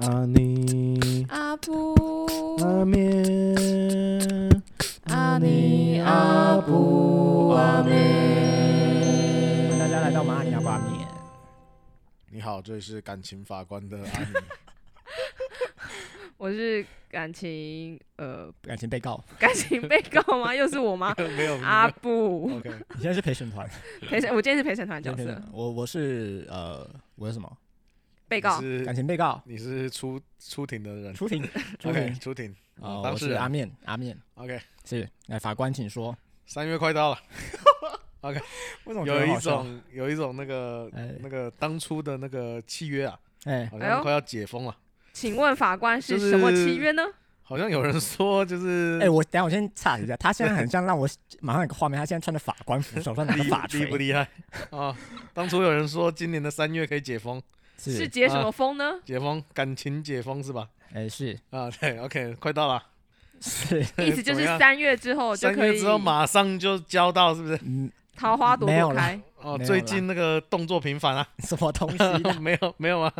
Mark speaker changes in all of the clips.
Speaker 1: 阿尼
Speaker 2: 阿布
Speaker 1: 阿面，
Speaker 2: 阿尼阿布阿
Speaker 1: 面。
Speaker 2: 咩，
Speaker 3: 大家来到我们阿尼亚巴面，
Speaker 1: 你好，这里是感情法官的阿尼。
Speaker 2: 我是感情呃
Speaker 3: 感情被告，
Speaker 2: 感情被告 吗？又是我吗？
Speaker 1: 没有
Speaker 2: 阿布
Speaker 1: OK，
Speaker 3: 你现在是陪审团，
Speaker 2: 陪审，我今天是陪审团角
Speaker 3: 陪审
Speaker 2: 色，
Speaker 3: 团我我是呃，我是什么？
Speaker 2: 被告
Speaker 1: 你是
Speaker 3: 感情被告，
Speaker 1: 你是出出庭的人
Speaker 3: 出庭，出庭
Speaker 1: ，OK，出庭
Speaker 3: 啊，
Speaker 1: 当
Speaker 3: 我
Speaker 1: 事
Speaker 3: 是
Speaker 1: 人
Speaker 3: 阿面，阿面
Speaker 1: OK。
Speaker 3: 是，来法官请说，
Speaker 1: 三月快到了，
Speaker 3: 为什么
Speaker 1: 有一种有一种那个
Speaker 3: 哎
Speaker 1: 那个当初的那个契约啊，
Speaker 3: 哎，
Speaker 1: 好
Speaker 2: 哎
Speaker 1: 像
Speaker 2: 呦
Speaker 1: 快要解封了，
Speaker 2: 请问法官是
Speaker 1: 就是
Speaker 2: 什么契约呢？
Speaker 1: 好像有人说就是
Speaker 3: 哎，我等一下我先岔一下，他现在很像让我马上有个画面，他现在穿着法官服，手上拿着法
Speaker 1: 厉不
Speaker 3: 锤，
Speaker 1: 厉害啊？当初有人说今年的三月可以解封，
Speaker 2: 是
Speaker 3: 是，
Speaker 2: 解什么风呢？
Speaker 1: 解封感情解封是吧？
Speaker 3: 哎是
Speaker 1: 啊，对，OK，快到了，
Speaker 3: 是，
Speaker 2: 意思就是
Speaker 1: 啊怎么样
Speaker 2: 三月之后哦就
Speaker 1: 三
Speaker 2: 可
Speaker 1: 月
Speaker 2: 以
Speaker 1: 之后马上就交到是不是？
Speaker 3: 嗯，
Speaker 2: 桃花朵
Speaker 3: 没有
Speaker 2: 朵
Speaker 3: 啦
Speaker 2: 开，
Speaker 1: 哦，
Speaker 3: 没有
Speaker 1: 最
Speaker 3: 啦
Speaker 1: 近那个动作频繁啊，
Speaker 3: 什么东西啦
Speaker 1: 没有没有啊，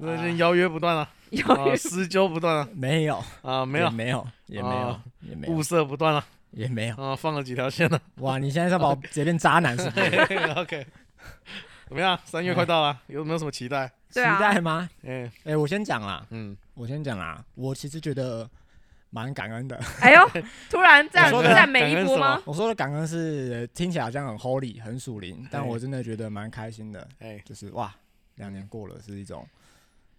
Speaker 1: 最近邀约不断 啊，
Speaker 2: 有
Speaker 1: 啊，私交不断啊，
Speaker 3: 没有，
Speaker 1: 啊，没
Speaker 3: 也
Speaker 1: 有，
Speaker 3: 没有，也没有
Speaker 1: 啊，
Speaker 3: 也没有
Speaker 1: 物，色不断啊，
Speaker 3: 也没有，
Speaker 1: 啊，放了几条线了。
Speaker 3: 哇，你现在是要把我 直接变渣男是不是？
Speaker 1: OK，怎么样？三月快到了，有没有什么期待？
Speaker 2: 对
Speaker 3: 期
Speaker 2: 啊
Speaker 3: 待吗？
Speaker 1: 哎，
Speaker 3: 哎、我先讲啦，
Speaker 1: 嗯，
Speaker 3: 我先讲啦，我其实觉得蛮感恩的。
Speaker 2: 哎 呦，突然赞
Speaker 1: 我说的
Speaker 2: 赞美
Speaker 1: 感
Speaker 2: 一
Speaker 1: 恩
Speaker 2: 波
Speaker 1: 什
Speaker 2: 吗
Speaker 1: 么？
Speaker 3: 我说的感恩是呃听起来好像很 holy 很属灵，但
Speaker 1: 嘿
Speaker 3: 我真的觉得蛮开心的，
Speaker 1: 哎，
Speaker 3: 就是哇，两年过了是一种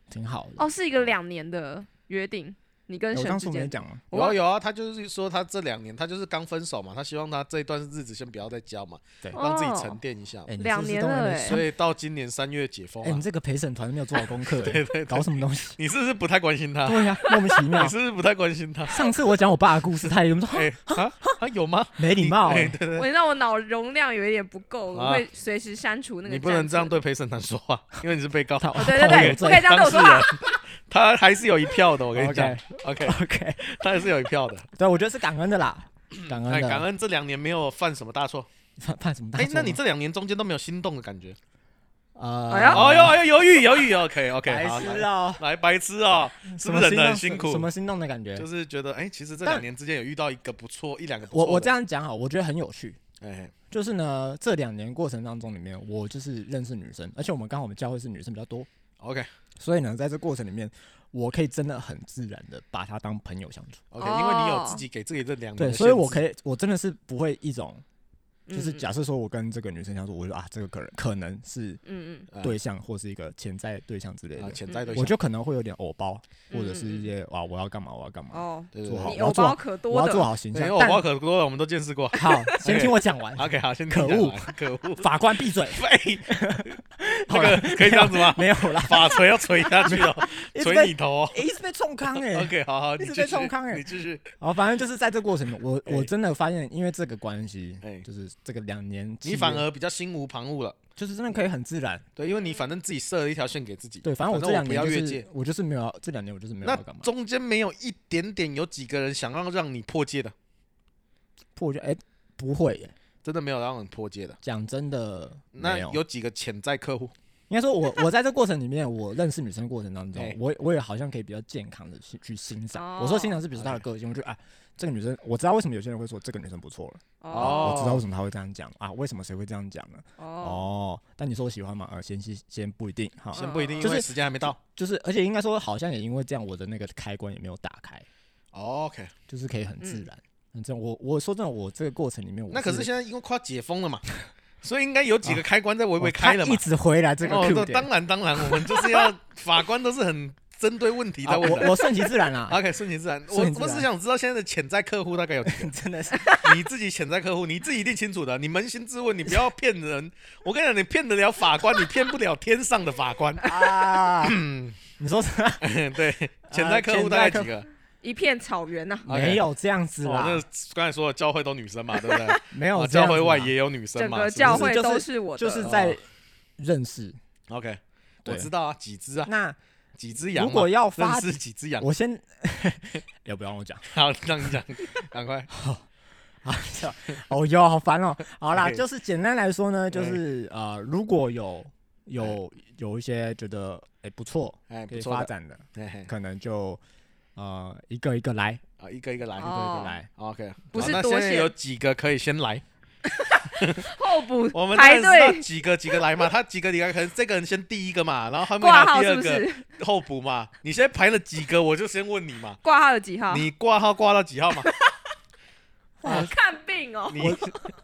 Speaker 3: 挺好的。
Speaker 2: 哦，是一个两年的约定，你
Speaker 3: 哎
Speaker 2: 跟
Speaker 3: 我
Speaker 2: 神
Speaker 3: 刚
Speaker 2: 之
Speaker 3: 说没
Speaker 2: 间
Speaker 3: 讲吗？
Speaker 2: 我
Speaker 1: 有啊有啊，他就是说他这两年他就是刚分手嘛，他希望他这一段日子先不要再交嘛，
Speaker 3: 对
Speaker 1: 让自己
Speaker 2: 哦
Speaker 1: 沉淀一下
Speaker 3: 哎、。你
Speaker 2: 两
Speaker 3: 是不是
Speaker 2: 年
Speaker 3: 都还
Speaker 2: 了
Speaker 3: 没
Speaker 2: 哎
Speaker 3: 算
Speaker 1: 所以到今年三月解封啊
Speaker 3: 哎、你
Speaker 1: 了，
Speaker 3: 这个陪审团没有做好功 课、哎搞什么东西？
Speaker 1: 你是不是不太关心他？
Speaker 3: 对呀、莫名其妙
Speaker 1: 你。是不是不太关 心他？
Speaker 3: 上次我讲我爸的故事，他也说
Speaker 1: 哎啊啊有吗？
Speaker 3: 没礼貌、
Speaker 1: 哎
Speaker 3: 哎
Speaker 1: 对 对
Speaker 2: 我
Speaker 1: 对，
Speaker 2: 知道我脑容量有一点不够，我
Speaker 1: 啊
Speaker 2: 会随时删除那个。
Speaker 1: 你不能这样。对陪审团说话，因为你是被告，
Speaker 3: 他
Speaker 2: 哦，对对对，不可以这样对
Speaker 1: 当
Speaker 2: 我
Speaker 1: 事
Speaker 2: 说 话。
Speaker 1: 人，他还是有一票的，我跟你讲
Speaker 3: 啊 OK
Speaker 1: ，OK，
Speaker 3: OK，
Speaker 1: 他还是有一票的。
Speaker 3: 对，我觉得是 感恩的啦，感恩
Speaker 1: 哎，
Speaker 3: 的，啊
Speaker 1: 感恩这两年没有犯什么大错。
Speaker 3: 犯犯什么大错
Speaker 1: 哎
Speaker 3: 吗？，
Speaker 1: 那你这两年中间都没有心动的感觉？
Speaker 3: 呃，
Speaker 2: 哎呀
Speaker 1: 哦呦，哎呦，犹豫犹豫 ，OK OK，好
Speaker 3: 白，痴
Speaker 1: 来
Speaker 3: 哦，
Speaker 1: 来白痴哦，是
Speaker 3: 什
Speaker 1: 不
Speaker 3: 么
Speaker 1: 是
Speaker 3: 心
Speaker 1: 忍得很
Speaker 3: 动
Speaker 1: 辛
Speaker 3: 什
Speaker 1: 苦？
Speaker 3: 么心动的感觉
Speaker 1: 就？是觉得，哎，其实这
Speaker 3: 但
Speaker 1: 两年之间有遇到一个不错，一两个不
Speaker 3: 我
Speaker 1: 错。
Speaker 3: 我这，样讲好，我觉得很有趣。
Speaker 1: 哎，
Speaker 3: 就是呢，这两年过程当中里面，我就是认识女生，而且我们刚好我们教会是女生比较多，
Speaker 1: OK
Speaker 3: 所以呢，在这过程里面，我可以真的很自然的把她当朋友相处。
Speaker 1: OK，
Speaker 2: 哦
Speaker 1: 因为你有自己给自己这两年
Speaker 3: 对，
Speaker 1: 的限制，
Speaker 3: 所以我可以，我真的是不会一种，
Speaker 2: 嗯
Speaker 3: 就是假设说我跟这个女生相处，我就啊，这个可能可能是
Speaker 2: 嗯嗯
Speaker 1: 哎
Speaker 3: 对象或是一个潜在对象之类
Speaker 1: 啊
Speaker 3: 的，
Speaker 1: 潜在对象，
Speaker 3: 我就可能会有点偶包，
Speaker 2: 嗯
Speaker 3: 或者是一些啊，我要干嘛，我要干
Speaker 2: 嗯，
Speaker 3: 嘛，
Speaker 2: 哦，
Speaker 1: 对对
Speaker 3: 做好
Speaker 1: 对
Speaker 3: 我
Speaker 2: 你
Speaker 3: 要
Speaker 2: 偶
Speaker 3: 做
Speaker 2: 包可
Speaker 3: 我
Speaker 2: 多
Speaker 3: 要做
Speaker 2: 的，
Speaker 3: 好形
Speaker 1: 对，因
Speaker 3: 象
Speaker 1: 为。我
Speaker 3: 但
Speaker 1: 包可多了，我们都见 识过。
Speaker 3: 好， 先听我讲完。
Speaker 1: OK，好，先
Speaker 3: 可
Speaker 1: 听
Speaker 3: 恶
Speaker 1: 讲完，可恶，
Speaker 3: 法官闭嘴，
Speaker 1: 喂，
Speaker 3: 好
Speaker 1: 那
Speaker 3: 了
Speaker 1: 个可以这样子吗？
Speaker 3: 没有 啦，
Speaker 1: 法锤要锤下去 哦，
Speaker 3: 一直
Speaker 1: 锤
Speaker 3: 被
Speaker 1: 你头哦。
Speaker 3: 一直被冲 康哎、
Speaker 1: OK，好好，你
Speaker 3: 一直
Speaker 1: 继
Speaker 3: 被
Speaker 1: 续
Speaker 3: 冲康，欸
Speaker 1: 你继续。
Speaker 3: 好，反正就是在这过程中，我
Speaker 1: 哎
Speaker 3: 我真的发现，因为这个关系
Speaker 1: 哎，
Speaker 3: 就是这个两年契约，
Speaker 1: 你反而比较心无旁骛了，
Speaker 3: 就是真的可以很自然。
Speaker 1: 对，因为你反正自己设了一条线给自己。
Speaker 3: 对，反正我
Speaker 1: 我
Speaker 3: 这两
Speaker 1: 不
Speaker 3: 年
Speaker 1: 要越
Speaker 3: 就
Speaker 1: 界
Speaker 3: 是。我就是没有要这两年我就是没有
Speaker 1: 那
Speaker 3: 要干嘛
Speaker 1: 中间没有一点点有几个人想要让你破戒的，
Speaker 3: 破就哎不会耶，
Speaker 1: 真的没有让你破戒的。
Speaker 3: 讲真的
Speaker 1: 那
Speaker 3: 没有。
Speaker 1: 有几个潜在客户？
Speaker 3: 应该说 我我在这过程里面，我认识女生过程当中
Speaker 1: 哎，
Speaker 3: 我我也好像可以比较健康的去去欣赏。
Speaker 2: 哦
Speaker 3: 我说欣赏是比如说她的个性，我觉得啊这个女生，我知道为什么有些人会说这个女生不错了，
Speaker 2: 哦
Speaker 3: 我知道为什么她会这样讲啊，为什么谁会这样讲呢？
Speaker 2: 哦，
Speaker 3: 哦，但你说我喜欢吗？呃，先先先不一定哈，
Speaker 1: 先不一定，
Speaker 3: 哦就
Speaker 1: 因
Speaker 3: 是
Speaker 1: 为时间还没到。
Speaker 3: 就是，而且应该说，好像也因为这样，我的那个开关也没有打开，
Speaker 1: 哦 OK，
Speaker 3: 就是可以很自
Speaker 2: 嗯
Speaker 3: 然。反正我我说真的，我这个过程里面我，
Speaker 1: 那可是现在因为快解封了嘛， 所以应该有几个开关在微
Speaker 3: 哦我
Speaker 1: 微开了嘛
Speaker 3: 一。直回来这个
Speaker 1: 哦，
Speaker 3: Q
Speaker 1: 那
Speaker 3: 点，
Speaker 1: 当然当然，我们就是要法官都是很针对问题 在
Speaker 3: 啊
Speaker 1: 问的。
Speaker 3: 我我顺其自然啊啦，
Speaker 1: OK，顺其自然。我
Speaker 3: 顺其自
Speaker 1: 我
Speaker 3: 然。
Speaker 1: 只想知道现在的潜在客户大概有几 个
Speaker 3: 真的是
Speaker 1: 你自己潜在客户，你自己一定清楚的。你扪心自问，你不要骗人。我跟你讲，你骗得了法官，你骗不了天上的法官。
Speaker 3: 啊，你说啥？
Speaker 1: 对，潜在客户大概几
Speaker 3: 呃
Speaker 1: 个？
Speaker 2: 一片草原啊呐，
Speaker 1: OK
Speaker 3: 没有这样子
Speaker 1: 哦，那
Speaker 3: 啦，
Speaker 1: 刚才说的教会都女生嘛，对不对？
Speaker 3: 没有
Speaker 1: 哦
Speaker 3: 这样
Speaker 1: 教
Speaker 3: 子
Speaker 1: 会外
Speaker 3: 啦
Speaker 1: 也有女生
Speaker 2: 整
Speaker 1: 嘛，
Speaker 2: 个
Speaker 1: 是不
Speaker 2: 教
Speaker 1: 是
Speaker 2: 会
Speaker 3: 就是
Speaker 2: 都是我的，
Speaker 3: 就是
Speaker 1: 哦
Speaker 3: 在认识。
Speaker 1: OK。我
Speaker 3: 对
Speaker 1: 知道啊，几只啊，
Speaker 3: 那
Speaker 1: 几只羊
Speaker 3: 如
Speaker 1: 嘛。
Speaker 3: 果要
Speaker 1: 认
Speaker 3: 发，
Speaker 1: 识几只羊，
Speaker 3: 我先要不要让我讲？
Speaker 1: 好，让你讲， 赶快。
Speaker 3: 啊，是啊哦哟，好烦哦。好啦
Speaker 1: OK
Speaker 3: 就是简单来说呢，就是呃，如果有有有一些觉得哎、不错，
Speaker 1: 哎，
Speaker 3: 可
Speaker 1: 不
Speaker 3: 以
Speaker 1: 错
Speaker 3: 发
Speaker 1: 的，哎
Speaker 3: 展的，
Speaker 1: 嘿嘿，
Speaker 3: 可能就呃一个一个来，
Speaker 1: 啊，一个一个来，一个
Speaker 3: 一
Speaker 1: 一个
Speaker 3: 个
Speaker 2: 哦
Speaker 1: 来。
Speaker 3: 来。
Speaker 1: OK，
Speaker 2: 不
Speaker 1: 好
Speaker 2: 是
Speaker 1: 那
Speaker 2: 多
Speaker 1: 现在
Speaker 2: 线
Speaker 1: 有几个可以先来？
Speaker 2: 候补
Speaker 1: 我们
Speaker 2: 排
Speaker 1: 当然是
Speaker 2: 队
Speaker 1: 那几个几个来嘛，他几个里来，可能这个人先第一个嘛，然后后面
Speaker 2: 挂
Speaker 1: 拿
Speaker 2: 号
Speaker 1: 第
Speaker 2: 是
Speaker 1: 二
Speaker 2: 不
Speaker 1: 个
Speaker 2: 是？
Speaker 1: 候补嘛。你先排了几个，我就先问你嘛，
Speaker 2: 挂号有几号？
Speaker 1: 你挂号挂到几号 嘛？
Speaker 2: 我看病哦，
Speaker 1: 你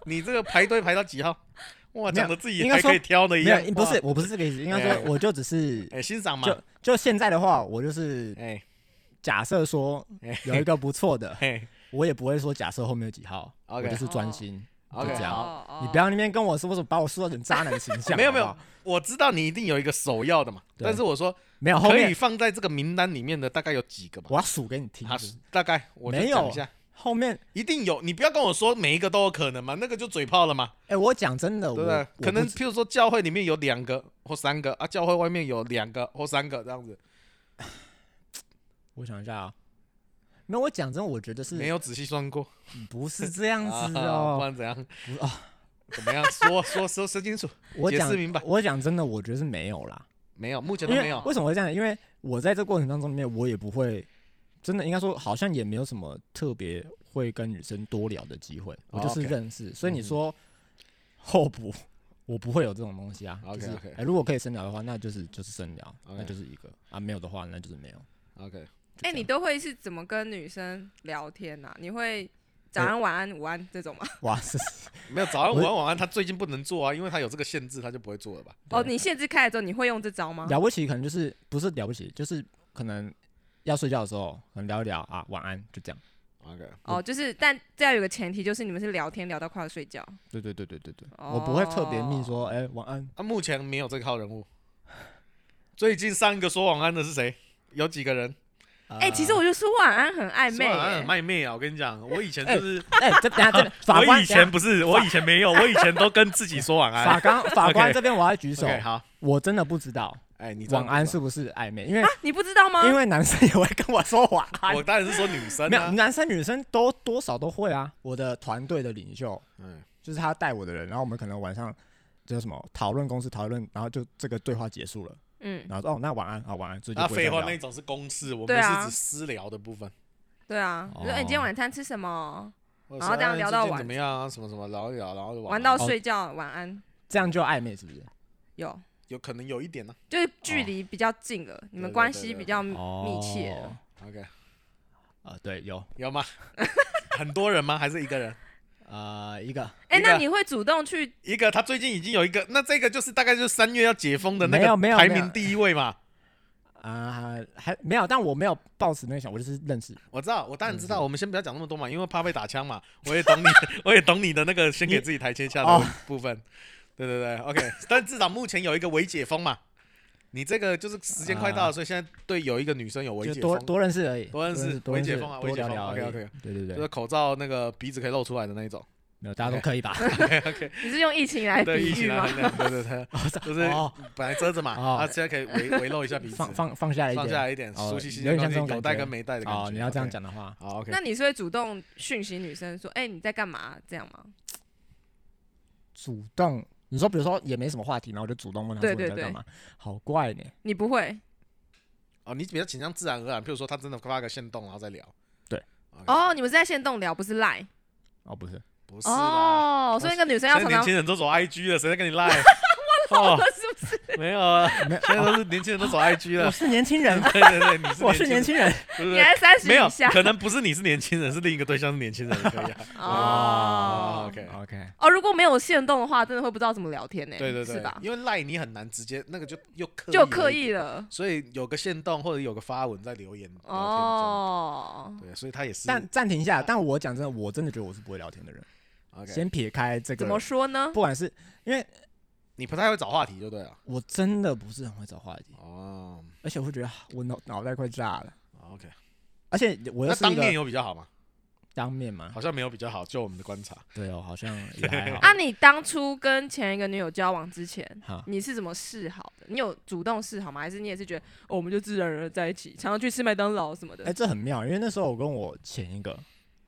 Speaker 1: 你这个排队排到几号？哇，
Speaker 3: 没有
Speaker 1: 讲的自己
Speaker 3: 应该
Speaker 1: 还可以
Speaker 3: 说
Speaker 1: 挑的一
Speaker 3: 没
Speaker 1: 样
Speaker 3: 有，，不是
Speaker 1: 哇，
Speaker 3: 我不是这个意思，应该
Speaker 1: 哦哎
Speaker 3: 说我就只是
Speaker 1: 哎，欣赏嘛，
Speaker 3: 就就现在的话，我就是
Speaker 1: 哎
Speaker 3: 假设说
Speaker 1: 哎
Speaker 3: 有一个不错的，
Speaker 1: 嘿
Speaker 3: 我也不会说假设后面有几号，我
Speaker 1: OK
Speaker 3: 就是专
Speaker 2: 哦
Speaker 3: 心。
Speaker 1: ，OK，
Speaker 3: 这样
Speaker 1: 好
Speaker 2: 哦哦
Speaker 3: 你不要那边跟我说什么把我塑造成渣男形象，
Speaker 1: 没有
Speaker 3: 好
Speaker 1: 没
Speaker 3: 不
Speaker 1: 有
Speaker 3: 好，
Speaker 1: 我知道你一定有一个首要的嘛，
Speaker 3: 对
Speaker 1: 但是我说
Speaker 3: 没有后
Speaker 1: 可以
Speaker 3: 面
Speaker 1: 放在这个名单里面的大概有几个嘛？
Speaker 3: 我要数给你听
Speaker 1: 啊，，大概我就
Speaker 3: 没有
Speaker 1: 讲一下，
Speaker 3: 后面
Speaker 1: 一定有，你不要跟我说每一个都有可能嘛，那个就嘴炮了嘛，
Speaker 3: 哎，我讲真的，
Speaker 1: 对
Speaker 3: 我
Speaker 1: 不对啊
Speaker 3: 我？不
Speaker 1: 可能
Speaker 3: 知
Speaker 1: 譬如说教会里面有两个或三个啊，教会外面有两个或三个这样子，
Speaker 3: 我想一下啊，没有我讲真的，我觉得
Speaker 1: 没
Speaker 3: 是
Speaker 1: 有仔细算过，
Speaker 3: 不是这样
Speaker 1: 啊
Speaker 3: 子
Speaker 1: 不
Speaker 3: 哦？
Speaker 1: 然怎样？
Speaker 3: 不是啊，
Speaker 1: 怎么样？说 说说说清楚，
Speaker 3: 我
Speaker 1: 解
Speaker 3: 讲
Speaker 1: 释明白
Speaker 3: 我讲真的，我觉得是没有啦，
Speaker 1: 没有，目前都
Speaker 3: 因
Speaker 1: 没
Speaker 3: 为
Speaker 1: 有。
Speaker 3: 为什么会这样？因为我在这过程当中里面，我也不会真的应该说，好像也没有什么特别会跟女生多聊的机会，我就是
Speaker 1: OK
Speaker 3: 认识。所以
Speaker 1: 嗯
Speaker 3: 你说候补，我不会有这种东西啊。就是
Speaker 1: OK，OK
Speaker 3: 哎如果可以深聊的话，那就是就是深聊
Speaker 1: OK
Speaker 3: 那就是一个啊；没有的话，那就是没有。
Speaker 1: OK，
Speaker 2: 哎，你都会是怎么跟女生聊天呐？你会早安、晚安、午安这种吗？
Speaker 3: 哇，是
Speaker 1: 没有早安、
Speaker 3: 我
Speaker 1: 晚安、晚安，他最近不能做啊，因为他有这个限制，他就不会做了吧？
Speaker 2: 哦，你限制开了之后，你会用这
Speaker 1: 啊
Speaker 2: 招吗？
Speaker 3: 了不起，可能就是不是了不起，就是可能要睡觉的时候，可能聊一聊啊，晚安，就这样。
Speaker 1: OK，
Speaker 2: 哦，就是，但这样有个前提，就是你们是聊天聊到快要睡觉。
Speaker 3: 对对对对对对，我不会特别密说，哎、晚安。
Speaker 1: 啊，目前没有这号人物。最近上一个说晚安的是谁？有几个人？
Speaker 3: 啊
Speaker 2: 哎，其实我就说晚安很暧
Speaker 1: 说
Speaker 2: 昧
Speaker 1: 晚安
Speaker 2: 耶
Speaker 1: 很，卖妹啊！我跟你讲，我以前就是，
Speaker 3: 哎、这等一下 这法
Speaker 1: 我
Speaker 3: 官等
Speaker 1: 以
Speaker 3: 一下
Speaker 1: 前不是，我以前没有，我以前都跟自己说晚安
Speaker 3: 法。 官，法
Speaker 1: OK
Speaker 3: 官这边我要举手
Speaker 1: OK，好，
Speaker 3: 我真的不知道
Speaker 1: 哎，你这样
Speaker 3: 晚安
Speaker 1: 子
Speaker 3: 是不是暧昧，因为、
Speaker 2: 你不知道吗？
Speaker 3: 因为男生也会跟我说晚
Speaker 1: 吧，
Speaker 3: 安
Speaker 1: 我，当然是说女 生
Speaker 3: 没
Speaker 1: 啊
Speaker 3: 有，男生女生都多少都会啊。我的团队的领袖
Speaker 1: 嗯
Speaker 3: 就是他带我的人，然后我们可能晚上叫什么讨论公司讨论，然后就这个对话结束了，
Speaker 2: 嗯，
Speaker 3: 然后说哦那晚安啊晚安，这就
Speaker 1: 那
Speaker 3: 不会
Speaker 1: 废
Speaker 3: 再
Speaker 1: 话
Speaker 3: 聊
Speaker 1: 那种是公式，我
Speaker 2: 对
Speaker 1: 们
Speaker 2: 啊
Speaker 1: 是指私聊的部分。
Speaker 2: 对啊，就说
Speaker 1: 哦
Speaker 2: 哎，你今天晚餐吃什么？
Speaker 1: 我
Speaker 2: 然
Speaker 1: 说
Speaker 2: 后这样
Speaker 1: 哎
Speaker 2: 聊
Speaker 1: 最
Speaker 2: 到
Speaker 1: 近
Speaker 2: 晚
Speaker 1: 怎么样啊？什么什么聊一聊，然后就晚
Speaker 2: 玩
Speaker 1: 安
Speaker 2: 到
Speaker 1: 哦
Speaker 2: 睡觉，晚安。
Speaker 3: 这样就暧昧是不是？
Speaker 2: 有，
Speaker 1: 有可能有一点啊呢。
Speaker 2: 就是距离比较近了，你
Speaker 1: 对
Speaker 2: 们
Speaker 1: 对
Speaker 2: 关
Speaker 1: 对
Speaker 2: 系
Speaker 1: 对
Speaker 2: 比较
Speaker 3: 哦
Speaker 2: 嗯密切了。
Speaker 1: OK，
Speaker 3: 呃对有
Speaker 1: 有吗？ 很多人吗？还是一个人？
Speaker 3: 呃一个
Speaker 2: 哎、
Speaker 1: 一个
Speaker 2: 那你会主动去？
Speaker 1: 一个，他最近已经有一个，那这个就是大概就是三月要解封的那
Speaker 3: 没
Speaker 1: 个
Speaker 3: 有没有
Speaker 1: 排
Speaker 3: 没有
Speaker 1: 名第一位嘛。
Speaker 3: 啊、还没有，但我没有抱持那个想，我就是认识。
Speaker 1: 我知道，我当然知
Speaker 3: 嗯
Speaker 1: 道。我们先不要讲那么多嘛，因为怕被打枪嘛。 我也懂你，我也懂你的那个先给自己台阶下的
Speaker 3: 哦
Speaker 1: 部分。对对对，OK。但 至少目前有一个微解封嘛。你这个就是时间快到了，
Speaker 3: 啊
Speaker 1: 所以现在对有一个女生有微
Speaker 3: 就
Speaker 1: 解
Speaker 3: 多
Speaker 1: 封，
Speaker 3: 多认识而已，
Speaker 1: 多认识
Speaker 3: 多
Speaker 1: 微
Speaker 3: 认
Speaker 1: 解
Speaker 3: 识，
Speaker 1: 封啊微
Speaker 3: 多
Speaker 1: 解
Speaker 3: 聊
Speaker 1: 封
Speaker 3: 聊而已。
Speaker 1: OK，OK
Speaker 3: 对对
Speaker 1: 就是
Speaker 3: 对，
Speaker 1: 口罩那个鼻子可以露出来的那 一种。
Speaker 3: 没有大家 都可以吧？
Speaker 2: 你是用疫情来比
Speaker 1: 对，一起
Speaker 2: 喻
Speaker 1: 来
Speaker 2: 吗？
Speaker 1: 衡量，对 对对，就是
Speaker 3: 哦
Speaker 1: 本来遮着嘛，
Speaker 3: 哦
Speaker 1: 啊，现在可以围围露一下鼻子，
Speaker 3: 放放放下来一
Speaker 1: 放下
Speaker 3: 点。
Speaker 1: 来一点，
Speaker 3: 哦
Speaker 1: 熟悉新
Speaker 3: 有
Speaker 1: 鲜
Speaker 3: 点像
Speaker 1: 关系
Speaker 3: 这，种
Speaker 1: 有
Speaker 3: 感
Speaker 1: 带
Speaker 3: 觉
Speaker 1: 跟没带的感觉。
Speaker 3: 哦，你要这样
Speaker 1: OK，
Speaker 3: 讲的话，
Speaker 1: 好，OK
Speaker 2: 那。你是会主动讯息女生说：“哎、你在干嘛？”这样吗？
Speaker 3: 主动，你说比如说也没什么话题，然后我就主动问他
Speaker 2: 对
Speaker 3: 说你
Speaker 2: 对
Speaker 3: 在
Speaker 2: 对
Speaker 3: 干嘛，好怪呢。
Speaker 2: 你不会
Speaker 1: 哦，你比较倾向自然而然，譬如说他真的发个线动，然后再聊。
Speaker 3: 对
Speaker 1: ，OK，
Speaker 2: 哦？你们是在线动聊，不是赖
Speaker 3: 哦，不是，
Speaker 1: 不是啦，
Speaker 2: 哦？所以那个女生要
Speaker 1: 现
Speaker 2: 常
Speaker 1: 在年
Speaker 2: 常
Speaker 1: 轻人都走 IG 了，谁在跟你赖？哦，
Speaker 2: 是不是？
Speaker 1: 没有啊，
Speaker 3: 没有
Speaker 1: 现在都是年轻人都走 IG
Speaker 3: 我
Speaker 1: 了。
Speaker 3: 是年轻人，
Speaker 1: 对对对，啊你是
Speaker 3: 我是年
Speaker 1: 轻
Speaker 3: 轻人。
Speaker 1: 人，
Speaker 2: 你
Speaker 1: 对对
Speaker 2: 还三十
Speaker 1: 没有
Speaker 2: 以 下，
Speaker 1: 可能不是你是年轻人，是另一个对象是年轻人，可以 啊。
Speaker 2: 哦
Speaker 1: OK
Speaker 3: OK，
Speaker 2: 哦？如果没有线动的话，真的会不知道怎么聊天呢、
Speaker 1: 对对对，
Speaker 2: 是吧？
Speaker 1: 因为赖你很难直接，那个就又刻
Speaker 2: 就
Speaker 1: 了
Speaker 2: 刻
Speaker 1: 一点
Speaker 2: 意了
Speaker 1: 所以有个限动或者有个发文在留言哦，
Speaker 2: 哦。
Speaker 1: 对，所以他也是。
Speaker 3: 但暂停一下，但我讲真的，我真的觉得我是不会聊天的人。
Speaker 1: OK，
Speaker 3: 先撇开这
Speaker 2: 怎么
Speaker 3: 个，
Speaker 2: 说呢？
Speaker 3: 不管是因为
Speaker 1: 你不太会找话题就对了。
Speaker 3: 我真的不是很会找话题，
Speaker 1: 哦
Speaker 3: 而且我会觉得啊我脑脑袋快炸了。
Speaker 1: ，OK，
Speaker 3: 而且我又
Speaker 1: 那
Speaker 3: 是一
Speaker 1: 当
Speaker 3: 个
Speaker 1: 面有比较好吗？
Speaker 3: 当面嘛，
Speaker 1: 好像没有比较好，就我们的观察。
Speaker 3: 对哦，好 像也还好。
Speaker 2: 啊，你当初跟前一个女友交往之前，
Speaker 3: 好，
Speaker 2: 你是怎么示好的？你有主动示好吗？还是你也是觉得、哦、我们就自然而然在一起，常常去吃麦当劳什么的？
Speaker 3: 哎、这很妙，因为那时候我跟我前一个，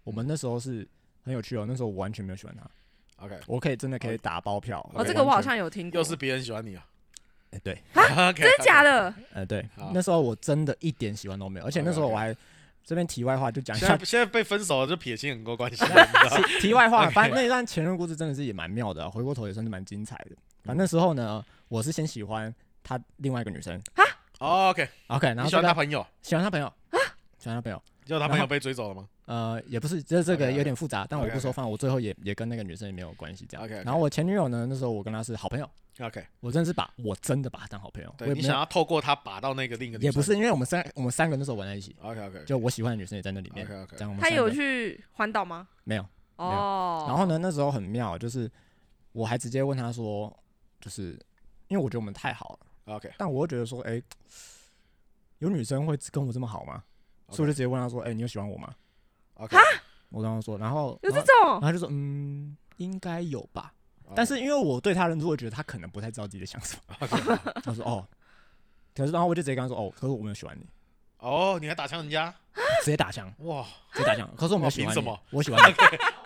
Speaker 3: 我们那时候是很有趣哦。那时候我完全没有喜欢他，
Speaker 1: OK，
Speaker 3: 我可以真的可以打包票。
Speaker 2: 哦，
Speaker 3: 我
Speaker 2: 这个我好
Speaker 3: 完全
Speaker 2: 像有听过。
Speaker 1: 又是别人喜欢你啊？
Speaker 3: 哎，对，
Speaker 1: 真
Speaker 2: 真的假
Speaker 1: 的？
Speaker 2: 的？
Speaker 3: 呃，对
Speaker 1: 好，
Speaker 3: 那时候我真的一点喜欢都没有，而且那时候
Speaker 2: 哦
Speaker 1: OK，OK
Speaker 3: 我还这边题外话就讲一
Speaker 1: 现
Speaker 3: 下
Speaker 1: 在现在被分手了就撇清很多 关系了，你知道吗
Speaker 3: 题外话，
Speaker 1: OK
Speaker 3: 反正那一段前任故事真的是也蛮妙的啊、回过头也算是蛮精彩的。反正
Speaker 2: 嗯
Speaker 3: 那时候呢，我是先喜欢他另外一个女生
Speaker 1: 哦？OK，
Speaker 3: ，OK，然
Speaker 1: 你
Speaker 3: 后
Speaker 1: 喜欢
Speaker 3: 这
Speaker 1: 他
Speaker 3: 个
Speaker 1: 朋友，
Speaker 3: 喜欢他朋友，喜欢他朋友，
Speaker 1: 结果他朋友被追走了吗
Speaker 3: 呃，也不是，这这个
Speaker 1: OK，OK
Speaker 3: 有点复杂，但我不
Speaker 1: OK，OK
Speaker 3: 说，反正我最后也也跟那个女生也没有关系这样。
Speaker 1: OK，OK
Speaker 3: 然后我前女友呢，那时候我跟她是好朋友，
Speaker 1: ？OK，
Speaker 3: 我真的是把我真的把她当好朋友，我
Speaker 1: 对
Speaker 3: 也
Speaker 1: 你
Speaker 3: 没
Speaker 1: 想
Speaker 3: 有，
Speaker 1: 要透过他把到那个另一个女
Speaker 3: 也不
Speaker 1: 生
Speaker 3: 是因为我们三我们三个那时候玩在一起，
Speaker 1: ？OK OK，
Speaker 3: 就我喜欢的女生也在那里面，
Speaker 1: OK OK，
Speaker 3: 这样我们
Speaker 2: 他
Speaker 3: 三
Speaker 2: 有
Speaker 3: 个
Speaker 2: 去环岛吗？
Speaker 3: 没有？有
Speaker 2: 哦，
Speaker 3: 然后呢，那时候很妙，就是我还直接问他说，就是因为我觉得我们太好了，
Speaker 1: OK，
Speaker 3: 但我又觉得说，哎、有女生会跟我这么好吗所以我就直接问他说，哎、你有喜欢我吗？
Speaker 1: OK，
Speaker 3: 啊我刚刚说，然后
Speaker 2: 有
Speaker 3: 然
Speaker 2: 这
Speaker 3: 后然后
Speaker 2: 种
Speaker 3: 他就说，嗯，应该有吧。
Speaker 1: 哦
Speaker 3: 但是因为我对他认知，我觉得他可能不太知道自己在想什么。他说哦，可是然后我就直接跟他说哦，可是我没有喜欢你，
Speaker 1: 哦，你还打枪人家，
Speaker 3: 直接打 枪，
Speaker 1: 哇
Speaker 3: 直接打枪。可是我没有喜
Speaker 1: 哦凭
Speaker 3: 欢
Speaker 1: 什
Speaker 3: 你
Speaker 1: 么，
Speaker 3: 我喜欢你。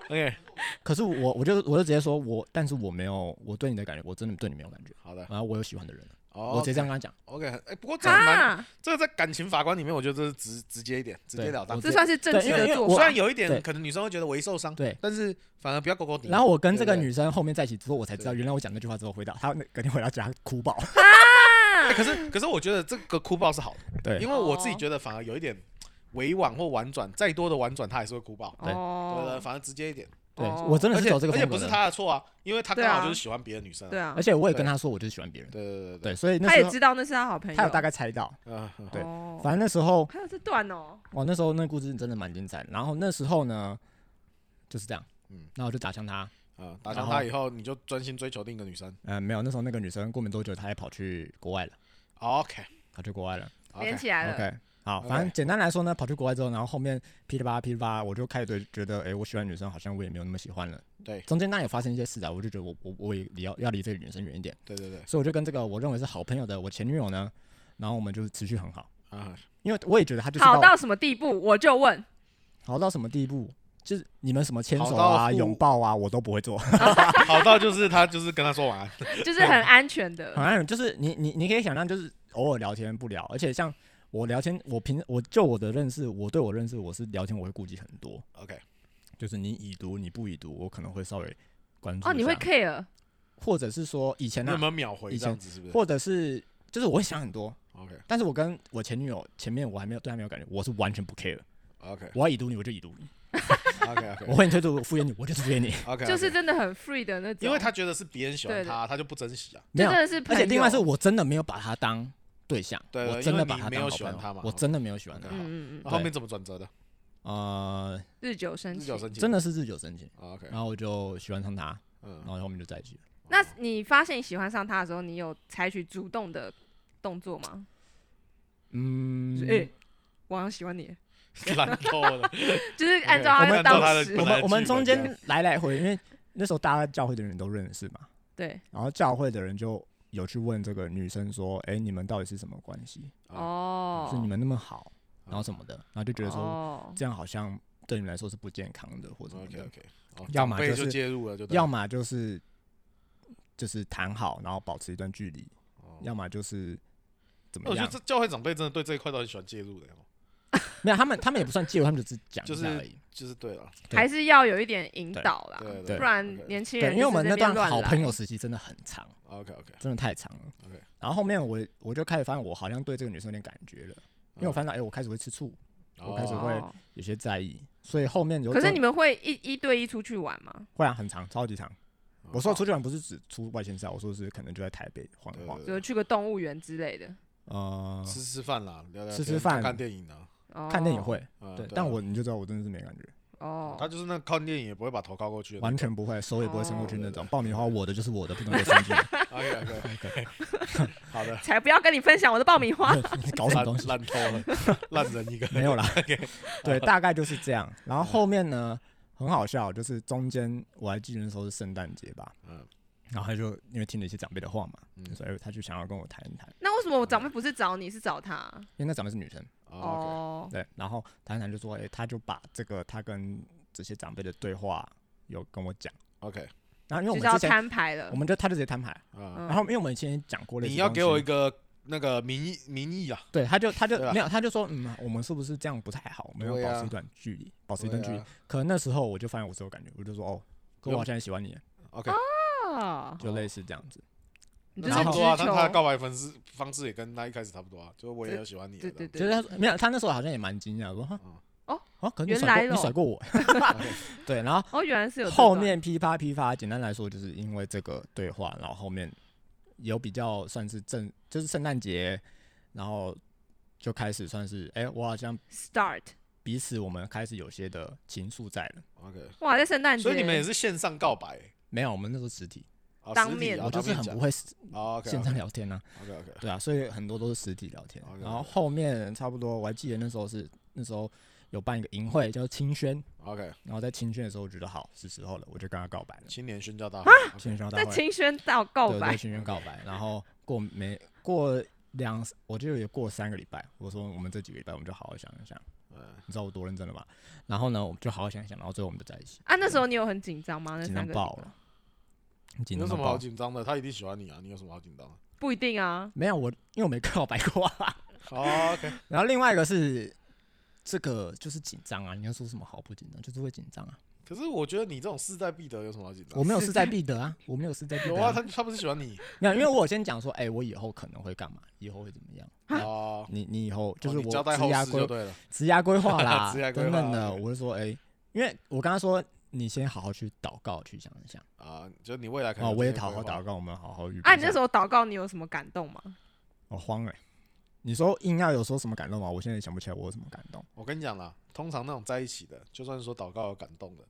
Speaker 1: ，OK，
Speaker 3: 可是我我就我就直接说我，但是我没有我对你的感觉，我真的对你没有感觉。
Speaker 1: 好的，
Speaker 3: 然后我有喜欢的人了，
Speaker 1: 啊哦，
Speaker 3: 我直接这样跟他讲，
Speaker 1: OK，哎，不过这个蛮，
Speaker 2: 啊，
Speaker 1: 这个在感情法官里面，我觉得这是直直接一点，直截了当
Speaker 3: 我。
Speaker 2: 这算是正
Speaker 3: 对
Speaker 2: 确
Speaker 3: 因为因
Speaker 2: 的
Speaker 3: 为
Speaker 2: 做
Speaker 3: 我
Speaker 1: 虽
Speaker 2: 法
Speaker 1: 然。有一点
Speaker 3: 对
Speaker 1: 可能女生会觉得我一受伤，
Speaker 3: 对。
Speaker 1: 但是反而不要狗狗你。
Speaker 3: 然后我跟这个
Speaker 1: 对对
Speaker 3: 女生后面在一起之后，我才知道原来我讲那句话之后回到她那隔天回到家哭爆。
Speaker 2: 啊
Speaker 1: 哎可是可是我觉得这个哭爆是好的，因
Speaker 3: 对，
Speaker 1: 为我自
Speaker 2: 哦
Speaker 1: 己觉得反而有一点委婉或婉转，再多的婉转他还是会哭爆。
Speaker 3: 对
Speaker 1: 对对，
Speaker 2: 哦，
Speaker 1: 反而直接一点，
Speaker 3: 对
Speaker 2: 哦
Speaker 3: 我真的
Speaker 1: 而
Speaker 3: 是
Speaker 1: 且
Speaker 3: 走这个
Speaker 1: 而且
Speaker 3: 风
Speaker 1: 不
Speaker 3: 格
Speaker 1: 是
Speaker 3: 的。
Speaker 1: 他的错啊，因为他
Speaker 2: 对
Speaker 1: 刚好
Speaker 2: 啊
Speaker 1: 就是喜欢别的女生啊。
Speaker 2: 对啊
Speaker 3: 而，且我也跟
Speaker 1: 对
Speaker 3: 她说我就是喜欢别人。
Speaker 1: 对对对对
Speaker 3: 对，所以那
Speaker 2: 他
Speaker 3: 时
Speaker 2: 也
Speaker 3: 候
Speaker 2: 知道那是他好朋友，
Speaker 3: 她有大概猜到。
Speaker 1: 对，啊，
Speaker 3: 对
Speaker 2: 哦
Speaker 3: 反正那时候
Speaker 2: 还有这段哦，
Speaker 3: 哇，那时候那故事真的蛮精彩的。然后那时候呢，就是这样，
Speaker 1: 嗯
Speaker 3: 嗯，那我就打向她。
Speaker 1: 啊，打伤
Speaker 3: 然
Speaker 1: 他
Speaker 3: 后
Speaker 1: 以后，你就专心追求另一个女生。
Speaker 3: 呃，没有，那时候那个女生过没多久，她也跑去国外了，
Speaker 1: OK，
Speaker 3: 跑去国外了。
Speaker 2: 连起来了，
Speaker 3: OK，好，
Speaker 1: OK
Speaker 3: 反正简单来说呢，跑去国外之后，然后后面噼里啪啦噼里啪啦，我就开始对觉得，哎、我喜欢的女生好像我也没有那么喜欢了。
Speaker 1: 对
Speaker 3: 中间那也发生一些事啊，我就觉得我我我也离要要离这个女生远一点，
Speaker 1: 对对对，
Speaker 3: 所以我就跟这个我认为是好朋友的我前女友呢，然后我们就持续很好，
Speaker 1: 啊，
Speaker 3: 因为我也觉得她就是
Speaker 2: 好
Speaker 3: 到
Speaker 2: 到什么地步我就问，
Speaker 3: 好到什么地步，就是你们什么牵手
Speaker 1: 好到
Speaker 3: 啊、
Speaker 1: 互
Speaker 3: 拥抱啊，我都不会做。
Speaker 1: 好到就是他就是跟他说晚安。
Speaker 2: 就是很安全的
Speaker 3: 好像就是你你你可以想象，就是偶尔聊天不聊，而且像我聊天，我平我就我的认识，我对我认识，我是聊天我会顾忌很多，
Speaker 1: OK，
Speaker 3: 就是你已读你不已读，我可能会稍微关注
Speaker 2: 哦，你
Speaker 3: 一
Speaker 2: 会
Speaker 3: 下
Speaker 2: care
Speaker 3: 或者是说以前
Speaker 1: 你有
Speaker 3: 啊
Speaker 1: 没，有秒回
Speaker 3: 以
Speaker 1: 这
Speaker 3: 前
Speaker 1: 样子？是不是
Speaker 3: 或者是就是我会想很多，
Speaker 1: ？OK
Speaker 3: 但是我跟我前女友前面我还没有对她没有感觉，我是完全不 care，
Speaker 1: OK
Speaker 3: 我要已读你我就已读你，
Speaker 1: OK
Speaker 3: 我
Speaker 1: OK
Speaker 3: 会推脱我敷衍你我就是敷衍 你，
Speaker 1: OK，
Speaker 2: 就是
Speaker 3: 啊
Speaker 2: 真的很 free 的那种，
Speaker 1: 因为他觉得是别人喜欢
Speaker 2: 对对
Speaker 1: 他，他就不珍惜啊。
Speaker 3: 没
Speaker 2: 就
Speaker 3: 有
Speaker 2: 真，的是
Speaker 3: 而
Speaker 2: 朋友，
Speaker 3: 且另外是我啊真的没有把她当对象，
Speaker 1: 对对
Speaker 3: 我真
Speaker 1: 因
Speaker 3: 的
Speaker 1: 为你
Speaker 3: 把她
Speaker 1: 没有
Speaker 3: 当好
Speaker 1: 喜欢
Speaker 3: 朋
Speaker 1: 她
Speaker 3: 友
Speaker 1: 嘛，
Speaker 3: 我真的没有喜欢她，
Speaker 2: 嗯嗯嗯，
Speaker 1: 后面怎么转折的？嗯
Speaker 3: 呃，
Speaker 2: 日久生
Speaker 1: 日
Speaker 2: 情
Speaker 1: 久。生情。
Speaker 3: 真的是哦日久生情。
Speaker 1: 啊 OK，
Speaker 3: 然后我就喜欢上他，然
Speaker 1: 嗯，
Speaker 3: 后后面就在一起了。
Speaker 2: 那你发现你喜欢上他的时候，你有采取主动的动作吗？
Speaker 3: 嗯
Speaker 2: 就是，哎，我好像喜欢你，
Speaker 1: 烂透了。
Speaker 2: 就是按照
Speaker 3: OK，
Speaker 2: 他
Speaker 3: 我们
Speaker 2: 的
Speaker 1: 按照他
Speaker 2: 当
Speaker 1: 的
Speaker 2: 时
Speaker 3: 我
Speaker 1: 本来
Speaker 3: 们我们
Speaker 1: 剧本
Speaker 3: 中
Speaker 1: 这样
Speaker 3: 间来来回，因为那时候大家教会的人都认识嘛，
Speaker 2: 对
Speaker 3: 然后教会的人就有去问这个女生说：“哎，你们到底是什么关系？
Speaker 1: 啊
Speaker 2: 哦，
Speaker 3: 是你们那么好，然后什
Speaker 1: 么
Speaker 3: 么的？”然后就觉得说
Speaker 2: 哦，
Speaker 3: 这样好像对你们来说是不健康的，或者什么
Speaker 1: ？OK
Speaker 3: 的。
Speaker 1: OK，哦
Speaker 3: 要么
Speaker 1: 长辈
Speaker 3: 就是
Speaker 1: 介入了，就对
Speaker 3: 要
Speaker 1: 了
Speaker 3: 么就是就是谈好，然后保持一段距离；
Speaker 1: 哦
Speaker 3: 要么就是怎
Speaker 1: 那
Speaker 3: 么
Speaker 1: 我觉
Speaker 3: 样
Speaker 1: 得？这教会长辈真的对这一块都很喜欢介入的哦，
Speaker 3: 没有，他们他们也不算介入，他们只是讲
Speaker 1: 就
Speaker 3: 一
Speaker 1: 是
Speaker 3: 下而已。
Speaker 1: 就是对了，
Speaker 3: 对
Speaker 2: 还是要有一点引导啦，
Speaker 1: 对对
Speaker 3: 对
Speaker 2: 不然年轻人
Speaker 3: 对，因为我们那段
Speaker 2: 就是边
Speaker 3: 好
Speaker 2: 乱来
Speaker 3: 朋友时期真的很长。
Speaker 1: OK OK，
Speaker 3: 真的太长了。
Speaker 1: OK
Speaker 3: 然后后面我我就开始发现，我好像对这个女生有点感觉了，因为我发现到，哎、我开始会吃醋，我开始会
Speaker 2: 哦
Speaker 3: 有些在意，所以后面有
Speaker 2: 可是
Speaker 3: 种
Speaker 2: 你们会一一对一出去玩吗？
Speaker 3: 会啊，很长，超级长。我说的
Speaker 1: 哦
Speaker 3: 出去玩不是指出外县市啊，我说的是可能就在台北晃一晃，
Speaker 2: 比如去个动物园之类的，
Speaker 3: 呃，
Speaker 1: 吃吃饭啦，聊聊
Speaker 3: 吃吃
Speaker 1: 天
Speaker 3: 饭
Speaker 1: 看看电影啊。
Speaker 2: 哦
Speaker 3: 看电影会，
Speaker 1: 嗯
Speaker 3: 对，
Speaker 1: 啊
Speaker 3: 但我你就知道我真的是没感觉，
Speaker 2: 哦，
Speaker 1: 他就是那看电影也不会把头高过去的那
Speaker 3: 完
Speaker 1: 种。
Speaker 3: 全不会，手也不会伸过去
Speaker 1: 哦
Speaker 3: 那种。爆米花我的就是我的，不能够伸进去，
Speaker 1: OK OK，好 的，
Speaker 2: 才不要跟你分享我的爆米花。
Speaker 3: 你搞什么东西？
Speaker 1: 烂烂透了，烂人 一个。
Speaker 3: 没有啦， 对，大概就是这样。然后后面呢，很好笑，就是中间我还记得那时候是圣诞节吧，
Speaker 1: 嗯
Speaker 3: 然后他就因为听了一些长辈的话嘛，
Speaker 1: 嗯
Speaker 3: 所以他就想要跟我谈一谈，
Speaker 2: 那为什么我长辈不是找你，是找他？
Speaker 3: 因为那长辈是女生，
Speaker 1: 哦
Speaker 2: 哦，
Speaker 3: 对，然后谈一谈就说，哎、他就把这个他跟这些长辈的对话有跟我讲，
Speaker 1: ，OK，
Speaker 3: 然后因为
Speaker 2: 就
Speaker 3: 我
Speaker 2: 是
Speaker 3: 们
Speaker 2: 要
Speaker 3: 之前
Speaker 2: 摊牌了
Speaker 3: 我。们就他就直接摊牌，
Speaker 2: 嗯
Speaker 1: 啊，
Speaker 3: 然后因为我们以前讲过类似
Speaker 1: 你
Speaker 3: 的东
Speaker 1: 要
Speaker 3: 西，
Speaker 1: 给我一个那个名义名义啊，
Speaker 3: 对，他就他就
Speaker 1: 对吧
Speaker 3: 没有，他就说嗯，我们是不是这样不太好？我们要
Speaker 1: 对啊
Speaker 3: 保持一段距离，保持一段距
Speaker 1: 对
Speaker 3: 离
Speaker 1: 啊。
Speaker 3: 可能那时候我就发现我是有感觉，我就说哦，可我
Speaker 1: 有
Speaker 3: 好像也喜欢你，
Speaker 1: ，OK，
Speaker 2: 啊，
Speaker 3: 就类似这样子。
Speaker 2: 你就
Speaker 1: 那
Speaker 2: 是
Speaker 1: 差
Speaker 2: 直
Speaker 1: 不
Speaker 2: 球
Speaker 1: 多啊，但他的告白方式方式也跟他一开始差不多啊，就是我也有喜欢你
Speaker 2: 对对
Speaker 1: 的，
Speaker 3: 就是
Speaker 2: 对，
Speaker 3: 他说没有，他那时候好像也蛮惊讶，我说哈
Speaker 1: 嗯
Speaker 2: 哦
Speaker 3: 哦，可是你
Speaker 2: 原
Speaker 3: 甩
Speaker 2: 来
Speaker 3: 过
Speaker 2: 咯
Speaker 3: 你甩过 我， 对，然后
Speaker 2: 哦，原来是有这
Speaker 3: 后
Speaker 2: 段
Speaker 3: 面噼啪噼啪，简单来说就是因为这个对话，然后后面有比较算是正，就是圣诞节，然后就开始算是哎、我好像
Speaker 2: start
Speaker 3: 彼此我们开始有些的情愫在了，
Speaker 1: ，OK，
Speaker 2: 哇，在圣诞节，
Speaker 1: 所以你们也是线上告白，
Speaker 3: 没有，我们那时候实体，
Speaker 1: 啊
Speaker 2: 当
Speaker 1: 实体
Speaker 2: 面
Speaker 1: 啊
Speaker 3: 我就是很不会实
Speaker 1: 哦，OK，
Speaker 3: 线上聊天呢、
Speaker 1: ，OK OK，
Speaker 3: 对啊，所以很多都是实体聊天
Speaker 1: OK，OK，
Speaker 3: 然后后面差不多我还记得那时候是那时候有办一个营会叫清轩，
Speaker 1: OK，
Speaker 3: 然后在青训的时候，我觉得好是时候了，我就跟他告白了。
Speaker 1: 青年宣教大
Speaker 3: 青
Speaker 1: 会
Speaker 3: 训大
Speaker 2: 在
Speaker 3: 会，
Speaker 2: 清宣到告
Speaker 3: 对
Speaker 2: 白
Speaker 3: 对，青训告白。然后过没过两，我就有过三个礼拜，我说我们这几个礼拜我们就好好想一想，
Speaker 1: 嗯
Speaker 3: 你知道我多认真了吧？然后呢，我们就好好想一想，然后最后我们就在一起，
Speaker 2: 啊，那时候你有很紧张吗？那
Speaker 3: 紧
Speaker 2: 三
Speaker 3: 张
Speaker 2: 个
Speaker 3: 爆
Speaker 2: 礼拜
Speaker 3: 了，紧
Speaker 1: 有
Speaker 3: 张
Speaker 1: 什
Speaker 3: 到
Speaker 1: 么好
Speaker 3: 爆。
Speaker 1: 紧张的？他一定喜欢你啊，你有什么好紧张的
Speaker 2: 不一定啊，
Speaker 3: 没有我，因为我没告白过啊。
Speaker 1: 哦？OK，
Speaker 3: 然后另外一个是这个就是紧张啊，你要说什么好不紧张，就是会紧张啊。
Speaker 1: 可是我觉得你这种势在必得有什么好紧张
Speaker 3: 我
Speaker 1: 的？
Speaker 3: 没有势在必得啊，我没有势在必
Speaker 1: 有
Speaker 3: 得、
Speaker 1: 啊，他他不是喜欢你
Speaker 3: 没有，因为我有先讲说，哎、我以后可能会干嘛，以后会怎么样。
Speaker 1: 哦，
Speaker 3: 你你以后啊就是
Speaker 1: 哦
Speaker 3: 我
Speaker 1: 你交代后
Speaker 3: 职涯
Speaker 1: 事就
Speaker 3: 规
Speaker 1: 对了，
Speaker 3: 职涯规划啦，
Speaker 1: 职涯规划
Speaker 3: 等等的，
Speaker 1: OK
Speaker 3: 我就说，哎、因为我刚刚说你先好好去祷告，去想一想
Speaker 1: 啊，就你未来可能
Speaker 3: 哦，
Speaker 1: 有
Speaker 3: 我也
Speaker 1: 这些
Speaker 3: 好好
Speaker 1: 规划
Speaker 3: 祷告，我们好好预备
Speaker 2: 啊，
Speaker 3: 一下。
Speaker 2: 你那时候祷告，你有什么感动吗？
Speaker 3: 我慌了、欸你说硬要有说什么感动吗？我现在也想不起来我有什么感动。
Speaker 1: 我跟你讲啦，通常那种在一起的，就算说祷告有感动的，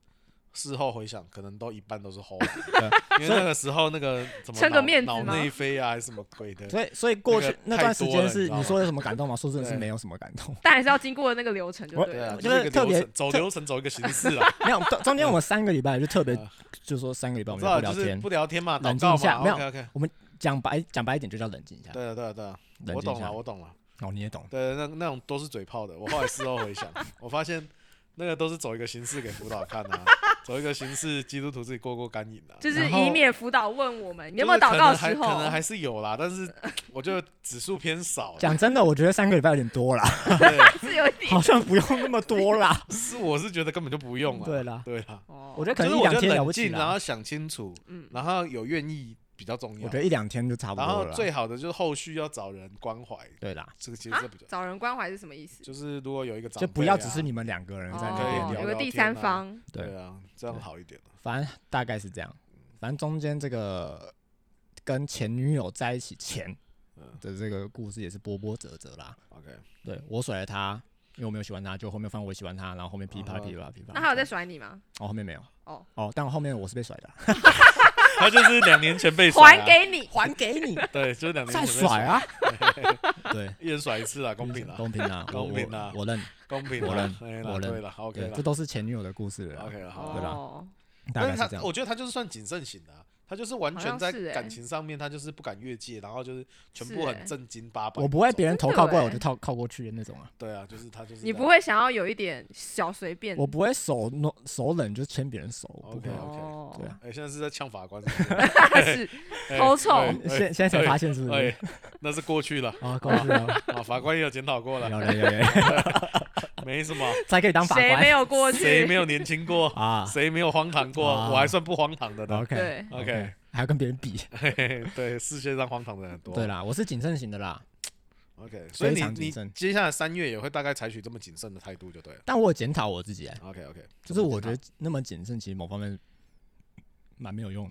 Speaker 1: 事后回想，可能都一半都是齁的， 因为那个时候那个怎么
Speaker 2: 撑个
Speaker 1: 脑
Speaker 2: 面子
Speaker 1: 脑
Speaker 2: 吗，
Speaker 1: 内飞啊，还是什么鬼的，
Speaker 3: 所以所以过
Speaker 1: 那
Speaker 3: 去
Speaker 1: 个
Speaker 3: 那
Speaker 1: 太
Speaker 3: 段时
Speaker 1: 多
Speaker 3: 间
Speaker 1: 了你
Speaker 3: 是
Speaker 1: 知道
Speaker 3: 你
Speaker 1: 吗
Speaker 3: 说有什么感动吗？说真的是
Speaker 1: 对
Speaker 3: 没有什么感动
Speaker 2: 但还是要经过那个流程就
Speaker 3: 我
Speaker 2: 对
Speaker 1: 对啊，
Speaker 2: 了。
Speaker 1: 就是
Speaker 3: 就是
Speaker 1: 一个
Speaker 3: 特
Speaker 1: 流
Speaker 3: 别
Speaker 1: 程，走
Speaker 3: 特
Speaker 1: 流程走一个形式 啊啦，
Speaker 3: 没有中中间我们三个礼拜就特别
Speaker 1: 啊
Speaker 3: 就说三个礼拜我
Speaker 1: 嗯知
Speaker 3: 们就
Speaker 1: 道
Speaker 3: 不
Speaker 1: 就
Speaker 3: 聊
Speaker 1: 是
Speaker 3: 天
Speaker 1: 不，聊天嘛，
Speaker 3: 冷
Speaker 1: 祷
Speaker 3: 静一
Speaker 1: 告
Speaker 3: 下
Speaker 1: 嘛
Speaker 3: 没有
Speaker 1: ，OK OK，
Speaker 3: 讲白讲白一点就叫冷静一下，
Speaker 1: 对啊了对了对了，
Speaker 3: 冷
Speaker 1: 我
Speaker 3: 静
Speaker 1: 懂
Speaker 3: 一
Speaker 1: 了
Speaker 3: 下。
Speaker 1: 我懂了，
Speaker 3: 哦，你也懂，
Speaker 1: 对，那那种都是嘴炮的，我后来事后回想， 我发现那个都是走一个形式给辅导看啊，走一个形式，基督徒自己过过干瘾啊，
Speaker 2: 就是
Speaker 3: 然后
Speaker 2: 以免辅导问我们你有没
Speaker 1: 就
Speaker 2: 有
Speaker 1: 是可
Speaker 2: 祷告的
Speaker 1: 能还
Speaker 2: 时
Speaker 1: 可能
Speaker 2: 候，
Speaker 1: 还是有啦，但是我觉得指数偏少。
Speaker 3: 讲真的，我觉得三个礼拜有点多啦。
Speaker 1: 对，
Speaker 2: 是有一点
Speaker 3: 好像不用那么多 啦。
Speaker 1: 是我是觉得根本就不用了。
Speaker 3: 对啦
Speaker 1: 对啦，
Speaker 2: 哦。
Speaker 3: 我觉得可
Speaker 1: 就是
Speaker 3: 能一
Speaker 1: 我
Speaker 3: 两
Speaker 1: 觉得
Speaker 3: 天了不
Speaker 1: 冷
Speaker 3: 起
Speaker 1: 静，然
Speaker 3: 啦
Speaker 1: 后，想清楚，
Speaker 2: 嗯，
Speaker 1: 然后有愿意比较重
Speaker 3: 我
Speaker 1: 要
Speaker 3: 觉。得一两天就差不
Speaker 1: 然
Speaker 3: 多
Speaker 1: 后
Speaker 3: 了啦。
Speaker 1: 最好的就是后续要找人关怀，
Speaker 3: 对啦，
Speaker 1: 这个其实
Speaker 2: 啊
Speaker 1: 是比较，
Speaker 2: 找人关怀是什么意思？
Speaker 1: 就是如果有一个长辈
Speaker 3: 就
Speaker 1: 啊
Speaker 3: 不要只是你们两个人在那边
Speaker 1: 哦
Speaker 3: 聊
Speaker 2: 有。个
Speaker 1: 聊
Speaker 2: 第
Speaker 1: 天
Speaker 2: 三
Speaker 1: 啊
Speaker 2: 方，
Speaker 1: 对啊，这样好一点。
Speaker 3: 反正大概是这样。反正中间这个跟前女友在一起前
Speaker 1: 嗯
Speaker 3: 的这个故事也是波波折折啦。
Speaker 1: ，OK，
Speaker 3: 对我甩了他，因为我没有喜欢他，就后面发现我喜欢他，然后后面噼
Speaker 1: 啊
Speaker 3: 啪噼啪噼啪。
Speaker 2: 那他有在甩你吗？
Speaker 3: 哦，后面没有。
Speaker 2: 哦
Speaker 3: 哦，但我后面我是被甩的啊啦，
Speaker 1: 他就是两年 前被甩
Speaker 2: 还
Speaker 1: 啊，
Speaker 2: 给你，
Speaker 3: 还给 你，
Speaker 1: 对，就是两年前
Speaker 3: 再
Speaker 1: 被
Speaker 3: 甩， 啊！对，
Speaker 1: 一人甩一次啦，公平啦，
Speaker 3: 公平啊，我
Speaker 1: 公平啦
Speaker 3: 我我认。
Speaker 1: 公平
Speaker 3: 我
Speaker 1: 啦
Speaker 3: 认，
Speaker 1: 哎啦
Speaker 3: 我认
Speaker 1: 对啦，OK
Speaker 3: 对，
Speaker 1: 啦
Speaker 3: 这都是前女友的故事了啦。
Speaker 1: ，OK 啦，好啦
Speaker 3: 对吧
Speaker 2: 哦，
Speaker 3: 大
Speaker 1: 但
Speaker 3: 概
Speaker 1: 是
Speaker 3: 是
Speaker 1: 他，
Speaker 3: 这样。
Speaker 1: 我觉得他就是算谨慎型的啊、他就是完
Speaker 2: 好
Speaker 1: 全
Speaker 2: 像
Speaker 1: 在
Speaker 2: 是欸
Speaker 1: 感情上面，他就是不敢越界，然后就是全
Speaker 2: 是
Speaker 1: 部
Speaker 2: 欸
Speaker 1: 很正经八百。
Speaker 3: 我不会别人头靠过来我就
Speaker 2: 真的欸
Speaker 3: 靠靠过去的那种啊，
Speaker 1: 对啊，就是他就是
Speaker 2: 你
Speaker 1: 这
Speaker 2: 不
Speaker 1: 样
Speaker 2: 会想要有一点小随便？
Speaker 3: 我不会手弄手冷就牵别人手，我不会。
Speaker 1: OK，
Speaker 2: 哦，
Speaker 3: 对啊，
Speaker 1: 哎、现在是在呛法官 是不是，
Speaker 2: 是偷臭
Speaker 1: 哎
Speaker 3: 现现在才发现是不
Speaker 1: 哎、
Speaker 3: 是？
Speaker 1: 哎那是过去了
Speaker 3: 啊，过去了，
Speaker 1: 啊，法官也有检讨过
Speaker 3: 有
Speaker 1: 了，
Speaker 3: 了有了，
Speaker 1: 没什么，
Speaker 3: 才可以当法
Speaker 2: 谁没
Speaker 3: 官
Speaker 2: 有过
Speaker 1: 谁
Speaker 2: 去？
Speaker 1: 没有年轻过，
Speaker 3: 啊。
Speaker 1: 谁没有荒唐过，
Speaker 3: 啊
Speaker 1: 我还算不荒唐的呢。
Speaker 3: OK
Speaker 2: 对，
Speaker 1: OK，
Speaker 3: 还要跟别人比，
Speaker 1: 嘿嘿对，世界上荒唐的人很多。
Speaker 3: 对啦，我是谨慎型的啦，
Speaker 1: OK，所以
Speaker 3: 非常
Speaker 1: 你
Speaker 3: 谨
Speaker 1: 你
Speaker 3: 慎
Speaker 1: 接下来三月也会大概采取这么谨慎的态度就对了。
Speaker 3: 但我有检讨我自己，哎，
Speaker 1: OK OK，
Speaker 3: 就是我觉得那么谨慎，其实某方面蛮没有用的。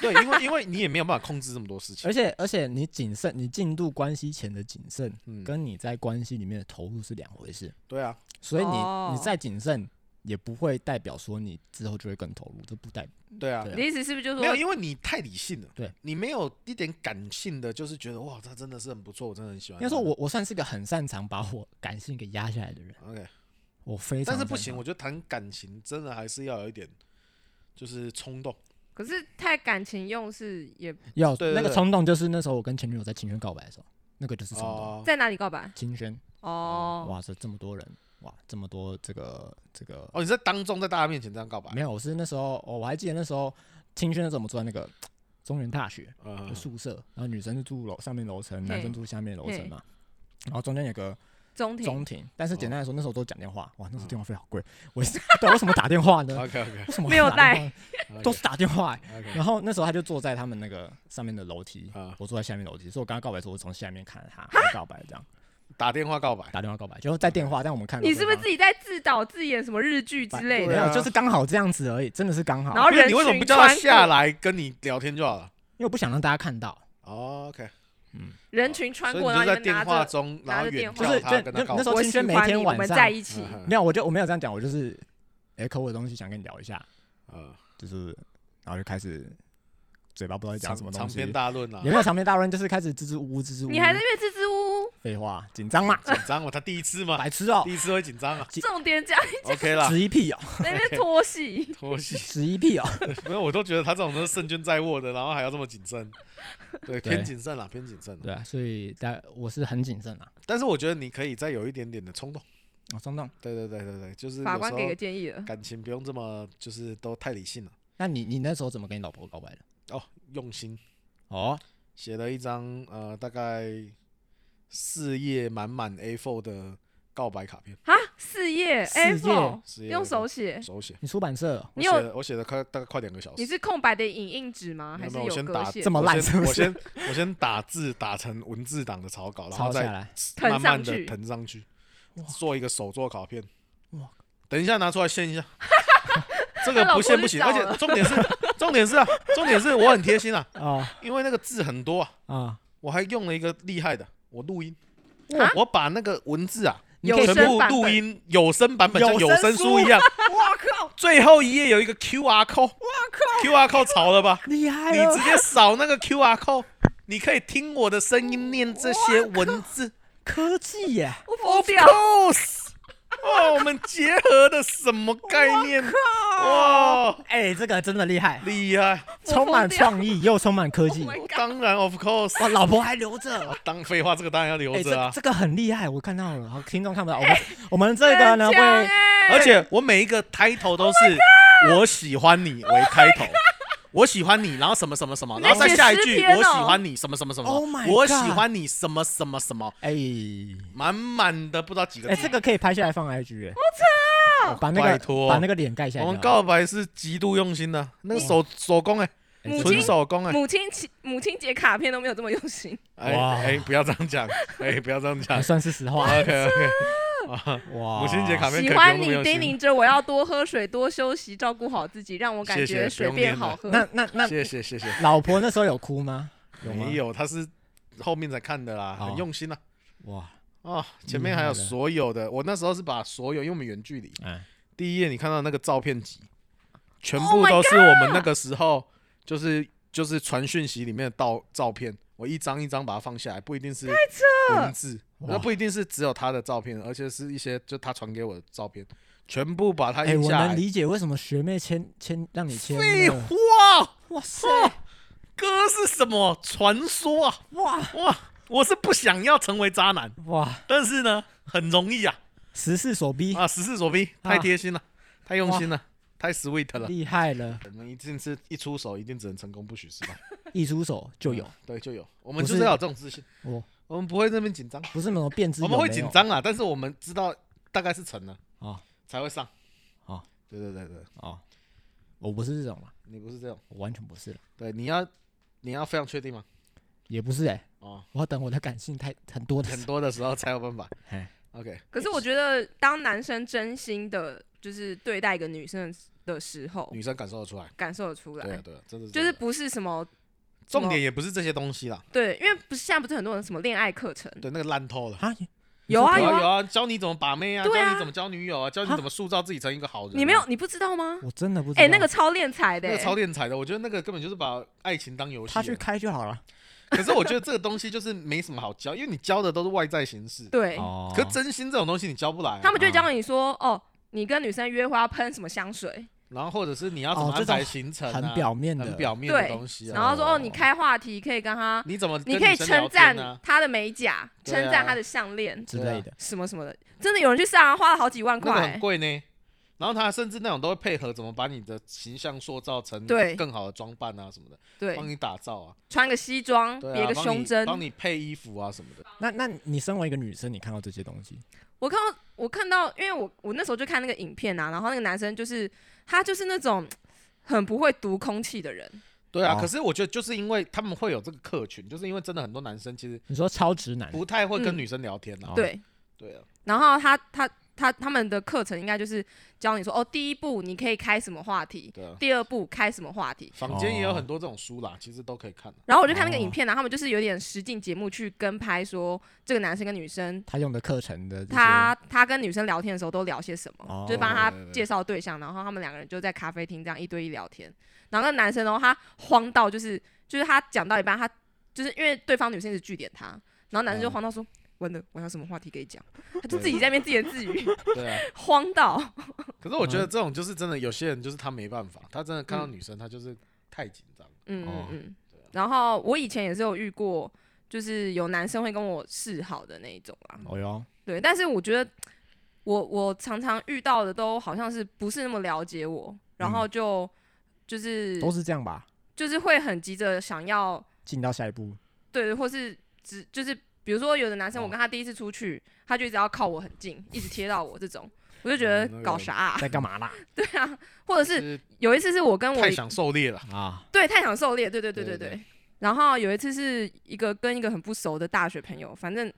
Speaker 1: 对，因为因为你也没有办法控制这么多事情
Speaker 3: 而，且而且，你谨慎，你进入关系前的谨慎，
Speaker 1: 嗯，
Speaker 3: 跟你在关系里面的投入是两回事。
Speaker 1: 对啊，
Speaker 3: 所以你、
Speaker 2: 哦
Speaker 3: 你再谨慎，也不会代表说你之后就会更投入，这不代
Speaker 1: 对啊
Speaker 3: 对，
Speaker 2: 你的意思是不是就是
Speaker 1: 没有，
Speaker 2: 说
Speaker 1: 因为你太理性了，
Speaker 3: 对
Speaker 1: 你没有一点感性的，就是觉得哇，他真的是很不错，我真的很喜欢
Speaker 3: 应该
Speaker 1: 他。
Speaker 3: 说我我算是个很擅长把我感性给压下来的人，
Speaker 1: OK，
Speaker 3: 我非常
Speaker 1: 但是
Speaker 3: 擅
Speaker 1: 不行，
Speaker 3: 长
Speaker 1: 我觉得谈感情真的还是要有一点就是冲动，
Speaker 2: 可是太感情用事也
Speaker 3: 要
Speaker 1: 对对
Speaker 3: 那个
Speaker 1: 对
Speaker 3: 冲动，就是那时候我跟前女友在情宣告白的时候，那个就是冲动。
Speaker 1: 哦，
Speaker 2: 在哪里告白？
Speaker 3: 情宣，
Speaker 2: 哦，
Speaker 3: 哇，这这么多人，哇，这么多这个这个，
Speaker 1: 哦哦，你在当众在大家面前这样告白
Speaker 3: 没有，我是那时候、哦我还记得那时候青训的时候我们住在那个中原大学
Speaker 1: 嗯
Speaker 3: 的，宿舍，然后女生是住楼上面楼层，男生住下面楼层嘛。然后中间有个
Speaker 2: 中庭
Speaker 3: 中庭，但是简
Speaker 1: 哦
Speaker 3: 单来说，那时候都讲电话，哇，
Speaker 1: 嗯
Speaker 3: 那时候电话费好贵。我对为什么打电话呢？
Speaker 1: OK OK，
Speaker 3: 为什么
Speaker 2: 没有
Speaker 3: 打电话，都
Speaker 1: OK，
Speaker 3: 是打电话欸。
Speaker 1: OK，
Speaker 3: 然后那时候他就坐在他们那个上面的楼梯
Speaker 1: 啊，
Speaker 3: 我坐在下面楼梯，所以我刚刚告白的时候，我从下面看他他告白，这样
Speaker 1: 打电话告白，
Speaker 3: 打电话告白，就是在电话，但我们看
Speaker 2: 你是不是
Speaker 3: 对
Speaker 2: 自己在自导自演什么日剧之类
Speaker 3: 方没
Speaker 1: 己对
Speaker 2: 的？
Speaker 1: 啊
Speaker 3: 有，就是刚好这样子而已，真的是刚好，
Speaker 2: 然后
Speaker 1: 因为
Speaker 2: 人
Speaker 1: 你为什么
Speaker 2: 群
Speaker 1: 不叫他
Speaker 2: 穿
Speaker 1: 下
Speaker 2: 过，
Speaker 1: 来跟你聊天就好了
Speaker 3: 因为我不想让大家看到。
Speaker 1: 哦？OK，
Speaker 2: 人群穿
Speaker 1: 所以
Speaker 2: 过，
Speaker 1: 你
Speaker 2: 然
Speaker 1: 就
Speaker 2: 后
Speaker 1: 在
Speaker 2: 你们拿
Speaker 1: 电话
Speaker 2: 着，
Speaker 1: 中，
Speaker 2: 拿
Speaker 1: 然后
Speaker 2: 着
Speaker 1: 远
Speaker 2: 电话
Speaker 1: 叫
Speaker 3: 就是
Speaker 1: 他
Speaker 3: 就
Speaker 1: 跟他
Speaker 3: 就
Speaker 1: 告
Speaker 3: 那时
Speaker 1: 白
Speaker 3: 候
Speaker 2: 我
Speaker 3: 青
Speaker 2: 喜
Speaker 3: 春每
Speaker 2: 欢
Speaker 3: 天
Speaker 2: 你，我
Speaker 3: 晚
Speaker 2: 们
Speaker 3: 上
Speaker 2: 在一起，
Speaker 1: 嗯
Speaker 3: 没有，我就我没有这样讲，我就是哎，可我有东西想跟你聊一下，
Speaker 1: 嗯，
Speaker 3: 就是然后就开始嘴巴不知道在讲什么东
Speaker 1: 长长
Speaker 3: 西
Speaker 1: 篇，大论啊
Speaker 3: 也，没有长篇大论，就是开始支支吾吾支支吾吾。
Speaker 2: 你还在那边支支吾吾，
Speaker 3: 废话，紧张嘛，
Speaker 1: 紧张嘛，他第一次嘛，
Speaker 3: 白痴哦，
Speaker 1: 第一次会紧张 啊
Speaker 2: 重点讲
Speaker 1: ，OK 啦，
Speaker 3: 十一屁哦，
Speaker 2: 在那边拖戏，
Speaker 1: 拖戏，
Speaker 3: 十一屁哦，
Speaker 1: 没有，我都觉得他这种都是胜券在握的，然后还要这么谨慎，对，
Speaker 3: 对
Speaker 1: 偏谨慎啦，偏谨慎啦。
Speaker 3: 对啊，所以大我是很谨慎啊，
Speaker 1: 但是我觉得你可以再有一点点的冲动，
Speaker 3: 我冲哦动。
Speaker 1: 对对对对对，就是有
Speaker 2: 法官给个
Speaker 1: 时
Speaker 2: 建议了
Speaker 1: 候。感情不用这么就是都太理性了，
Speaker 3: 那你你那时候怎么跟你老婆告白的？
Speaker 1: 哦，用心
Speaker 3: 哦，
Speaker 1: 写了一张呃大概四页满满 A4 的告白卡片，
Speaker 2: 啊，四页
Speaker 3: 四
Speaker 2: A
Speaker 3: 页
Speaker 2: 4
Speaker 1: 四页
Speaker 2: 用手
Speaker 1: 我
Speaker 2: 写，
Speaker 1: 手写，
Speaker 3: 你出版社哦
Speaker 1: 我
Speaker 2: 你
Speaker 1: 写
Speaker 2: 有
Speaker 1: 了我写了快大概快两个小时，
Speaker 2: 你是空白的影印纸吗？还
Speaker 1: 没有
Speaker 2: 是
Speaker 1: 没有我先
Speaker 2: 割
Speaker 1: 打
Speaker 2: 线
Speaker 3: 这？么烂
Speaker 1: 我
Speaker 3: 是不
Speaker 1: 先 我
Speaker 3: 是
Speaker 1: 先我先打字打成文字档的草稿，然后
Speaker 3: 抄下
Speaker 1: 再
Speaker 3: 来，
Speaker 2: 腾
Speaker 1: 慢慢
Speaker 2: 上
Speaker 1: 的
Speaker 2: 去
Speaker 1: 腾上去
Speaker 3: 哇，
Speaker 1: 做一个手做卡片
Speaker 3: 哇。
Speaker 1: 等一下拿出 来献一下，
Speaker 2: 他
Speaker 1: 这个
Speaker 2: 老
Speaker 1: 不
Speaker 2: 婆
Speaker 1: 献
Speaker 2: 就
Speaker 1: 不行，
Speaker 2: 笑
Speaker 1: 而且
Speaker 2: 了
Speaker 1: 重 点是重点是啊，重点是我很贴心啊，
Speaker 3: 哦
Speaker 1: 因为那个字很多啊，
Speaker 3: 啊，
Speaker 1: 我还用了一个厉害的，我录音
Speaker 2: 啊，
Speaker 1: 我把那个文字啊
Speaker 3: 你可以
Speaker 2: 有
Speaker 1: 全
Speaker 2: 声
Speaker 1: 部
Speaker 2: 版
Speaker 1: 录
Speaker 2: 本
Speaker 1: 音有声版本，像
Speaker 3: 有
Speaker 1: 有
Speaker 3: 声
Speaker 1: 声书
Speaker 3: 书
Speaker 1: 一样，
Speaker 2: 哇靠！
Speaker 1: 最后一页有一个 Q R code，q R code 潮 了吧？
Speaker 3: 厉害 哦
Speaker 1: 你直接扫那个 QR code，你可以听我的声音念这些 文字。
Speaker 3: 科技 耶！
Speaker 2: 我疯
Speaker 1: Of
Speaker 2: 掉！
Speaker 1: course，哇，哦我们结合的什么概念？哇，
Speaker 3: 哎，这个真的厉害，
Speaker 1: 厉害！
Speaker 2: 我
Speaker 3: 充满
Speaker 2: 疯掉
Speaker 3: 创意又充满科技
Speaker 2: Oh。my
Speaker 1: 当然，Of course，
Speaker 3: 哇，老婆还留着。哦
Speaker 1: 啊当废话，这个当然要留
Speaker 3: 哎，
Speaker 1: 着
Speaker 3: 这
Speaker 1: 啊。
Speaker 3: 这个很厉害，我看到了，好，听众看不到。我们我们这个呢
Speaker 2: 很强
Speaker 3: 会
Speaker 2: 欸
Speaker 1: 而且我每一个 title 都
Speaker 3: Oh
Speaker 1: 是“我喜欢你”为开 头。我喜欢你，然后什么什么什么，
Speaker 2: 你在
Speaker 1: 然后再下一
Speaker 2: 写
Speaker 1: 句
Speaker 2: 诗
Speaker 1: “我
Speaker 2: 篇哦
Speaker 1: 喜欢你”什么什么什么
Speaker 3: Oh my，
Speaker 1: 我喜
Speaker 3: God
Speaker 1: 欢你什么什么什么，
Speaker 3: 哎
Speaker 1: 满满的不知道几个
Speaker 3: 哎，
Speaker 1: 字
Speaker 3: 这。个可以拍下来放 IG 哎，好扯哦！把那
Speaker 1: 拜
Speaker 3: 个
Speaker 1: 托
Speaker 3: 把那个脸盖下来就
Speaker 1: 我
Speaker 3: 好。
Speaker 1: 们告白是极度用心的，那个手
Speaker 3: 嗯
Speaker 1: 手工哎、
Speaker 3: 哎
Speaker 2: 母
Speaker 3: 真的
Speaker 1: 纯
Speaker 2: 亲
Speaker 1: 手工
Speaker 2: 欸
Speaker 1: 哎、
Speaker 2: 母亲节母亲节卡片都没有这么用心，
Speaker 1: 哎
Speaker 3: 哇
Speaker 1: 哎，不要这样讲，哎，不要这样讲
Speaker 3: 还。算是实话
Speaker 1: OK OK，
Speaker 3: 哇！
Speaker 1: 母亲节卡片
Speaker 2: 喜
Speaker 1: 可以
Speaker 2: 欢
Speaker 1: 不
Speaker 2: 你
Speaker 1: 用那
Speaker 2: 叮
Speaker 1: 么用
Speaker 2: 咛
Speaker 1: 心
Speaker 2: 着我要多喝水、多休息、照顾好自己，让我感
Speaker 1: 谢谢
Speaker 2: 觉水
Speaker 1: 不用念
Speaker 2: 变
Speaker 1: 了
Speaker 2: 好喝。
Speaker 3: 那那那
Speaker 1: 谢谢谢谢。
Speaker 3: 老婆那时候有哭吗？吗？
Speaker 1: 没有，他是后面才看的啦，
Speaker 3: 哦
Speaker 1: 很用心啊。
Speaker 3: 哇，
Speaker 1: 哦，前面还有
Speaker 3: 厉害了
Speaker 1: 所有的，我那时候是把所有，因为我们远距离，
Speaker 3: 哎，
Speaker 1: 第一页你看到那个照片集，全
Speaker 2: Oh
Speaker 1: 部
Speaker 2: my
Speaker 1: 都是我们那个时候就是就是传讯息里面的照照片，我一张一张把它放下来，不一定是文字，
Speaker 3: 哇
Speaker 1: 那不一定是只有他的照片，而且是一些就他传给我的照片，全部把它
Speaker 3: 哎，
Speaker 1: 印
Speaker 3: 我
Speaker 1: 下
Speaker 3: 能
Speaker 1: 来。
Speaker 3: 理解为什么学妹签签让你签
Speaker 1: 废
Speaker 3: 那
Speaker 1: 话
Speaker 3: 个，，哇塞，
Speaker 1: 哦哥是什么传说啊？
Speaker 3: 哇
Speaker 1: 哇，我是不想要成为渣男，
Speaker 3: 哇，
Speaker 1: 但是呢，很容易啊
Speaker 3: 十四手逼，
Speaker 1: 啊，十四所逼，
Speaker 3: 啊
Speaker 1: 太贴心了，太用心了，太 sweet 了。
Speaker 3: 厉害了，
Speaker 1: 我们一定是一出手，一定只能成功，不许失败。
Speaker 3: 一出手就有
Speaker 1: 嗯，对，就有。我们
Speaker 3: 不
Speaker 1: 就是
Speaker 3: 是
Speaker 1: 要有这种自信，
Speaker 3: 哦，
Speaker 1: 我们不会那边紧张，
Speaker 3: 不是那种变质，
Speaker 1: 我们会紧张啊，但是我们知道大概是成了
Speaker 3: 哦
Speaker 1: 才会上。
Speaker 3: 哦
Speaker 1: 对对对对，
Speaker 3: 哦，我不是这种嘛，
Speaker 1: 你不是这种，
Speaker 3: 我完全不是，
Speaker 1: 对，你要你要非常确定吗？
Speaker 3: 也不是哎，
Speaker 1: 哦，
Speaker 3: 我要等我的感性太很多的
Speaker 1: 很
Speaker 3: 时
Speaker 1: 多的时候才有办法
Speaker 3: 嘿。
Speaker 1: OK，
Speaker 2: 可是我觉得，当男生真心的，就是对待一个女生的时候，
Speaker 1: 女生感受得出来，
Speaker 2: 感受得出
Speaker 1: 对啊
Speaker 2: 来，
Speaker 1: 对啊，真的
Speaker 2: 就是
Speaker 1: 这样
Speaker 2: 不是什么
Speaker 1: 重点也不是这些东西啦，
Speaker 2: 对，因为不是现在不是很多人什么恋爱课程，
Speaker 1: 对，那个烂透了。
Speaker 3: 候啊，你
Speaker 2: 有啊
Speaker 1: 有
Speaker 2: 嗯有
Speaker 1: 啊
Speaker 2: 啊，
Speaker 1: 啊，教你怎么把妹啊，
Speaker 2: 对啊
Speaker 1: 教你怎么交女友啊，教你
Speaker 3: 啊
Speaker 1: 怎么塑造自己成一个好人啊。
Speaker 2: 你没有你不知道吗？
Speaker 3: 我真的不知道，
Speaker 2: 哎，那个超练才的
Speaker 1: 那个
Speaker 2: 欸，
Speaker 1: 超电彩的，我觉得那个根本就是把爱情当游戏啊
Speaker 3: 他
Speaker 1: 而
Speaker 3: 去
Speaker 1: 已。
Speaker 3: 开就好了，
Speaker 1: 可是我觉得这个东西就是没什么好教，因为你教的都是外在形式，
Speaker 2: 对，
Speaker 3: 哦
Speaker 1: 可真心这种东西你教不来啊、
Speaker 2: 他们就会教你说，哦，你跟女生约会要喷什么香水，
Speaker 1: 然后或者是你要怎
Speaker 3: 哦
Speaker 1: 么安
Speaker 3: 这种
Speaker 1: 排行程、啊
Speaker 3: 很表面的
Speaker 1: 很，表面的
Speaker 2: 对
Speaker 1: 东西啊。
Speaker 2: 然后说，
Speaker 1: 哦
Speaker 2: 哦，你开话题可以跟她，
Speaker 1: 你怎么跟
Speaker 2: 你可以
Speaker 1: 女生聊
Speaker 2: 称
Speaker 1: 天
Speaker 2: 赞
Speaker 1: 啊？
Speaker 2: 她的美甲，
Speaker 1: 对啊
Speaker 2: 称赞她的项链
Speaker 3: 之类的，
Speaker 2: 什么什么的，真的有人去上啊，花了好几万
Speaker 1: 那个
Speaker 2: 块
Speaker 1: 很
Speaker 2: 欸，
Speaker 1: 贵呢，然后他甚至那种都会配合怎么把你的形象塑造成
Speaker 2: 对
Speaker 1: 更好的装扮啊什么的，
Speaker 2: 对，
Speaker 1: 帮你打造啊，
Speaker 2: 穿个西装，
Speaker 1: 对
Speaker 2: 别、
Speaker 1: 啊，
Speaker 2: 个
Speaker 1: 帮
Speaker 2: 胸
Speaker 1: 你
Speaker 2: 针，哦
Speaker 1: 帮你配衣服啊什么的。
Speaker 3: 那那你身为一个女生，你看到这些东西，
Speaker 2: 我看到，我看到，因为我我那时候就看那个影片啊，然后那个男生就是他就是那种很不会读空气的人，
Speaker 1: 对啊，
Speaker 3: 哦
Speaker 1: 可是我觉得就是因为他们会有这个客群，就是因为真的很多男生其实
Speaker 3: 你说超直男，
Speaker 1: 不太会跟
Speaker 2: 嗯
Speaker 1: 女生聊天啊。
Speaker 3: 哦
Speaker 2: 对。
Speaker 1: 对啊，
Speaker 2: 然后他他他他们的课程应该就是教你说，哦，第一步你可以开什么话题，
Speaker 1: 对啊，
Speaker 2: 第二步开什么话题。
Speaker 1: 坊间也有
Speaker 3: 哦
Speaker 1: 很多这种书啦，其实都可以看的。
Speaker 2: 然后我就看那个
Speaker 3: 哦
Speaker 2: 影片啊，他们就是有点实境节目去跟拍，说这个男生跟女生，
Speaker 3: 他用的课程的这些
Speaker 2: 他他跟女生聊天的时候都聊些什么，
Speaker 3: 哦
Speaker 2: 就是帮他
Speaker 1: 对对对
Speaker 2: 介绍对象，然后他们两个人就在咖啡厅这样一对一聊天。然后那个男生哦，他慌到就是就是他讲到一半，他就是因为对方女生一直据点他，然后男生就
Speaker 1: 嗯
Speaker 2: 慌到说。完了，我要什么话题可以讲？他就自己在那边自言自语，
Speaker 1: 对 啊，
Speaker 2: 慌到。
Speaker 1: 可是我觉得这种就是真的，有些人就是他没办法，他真的看到
Speaker 2: 嗯
Speaker 1: 女生他就是太紧张。
Speaker 2: 嗯嗯
Speaker 3: 哦
Speaker 2: 嗯。然后我以前也是有遇过，就是有男生会跟我示好的那一种啦。
Speaker 3: 哦哟，
Speaker 2: 对，但是我觉得我我常常遇到的都好像是不是那么了解我，然
Speaker 1: 嗯
Speaker 2: 后就、就是
Speaker 3: 都是这样吧？
Speaker 2: 就是会很急着想要
Speaker 3: 进到下一步，
Speaker 2: 对，或是只就是比如说有的男
Speaker 1: 哦
Speaker 2: 生，我跟他第一次出去，他就一直要靠我很近，一直贴到我这种，我就觉得
Speaker 1: 嗯那个
Speaker 2: 搞啥啊、
Speaker 3: 在干嘛啦？
Speaker 2: 对啊，或者是
Speaker 1: 是
Speaker 2: 有一次是我跟我
Speaker 1: 太
Speaker 2: 一
Speaker 1: 想狩猎了，
Speaker 3: 啊，
Speaker 2: 对，太想狩猎，对对对对
Speaker 1: 对
Speaker 2: 对。
Speaker 1: 对
Speaker 2: 然后有一次是一个跟一个很不熟的大学朋友，反正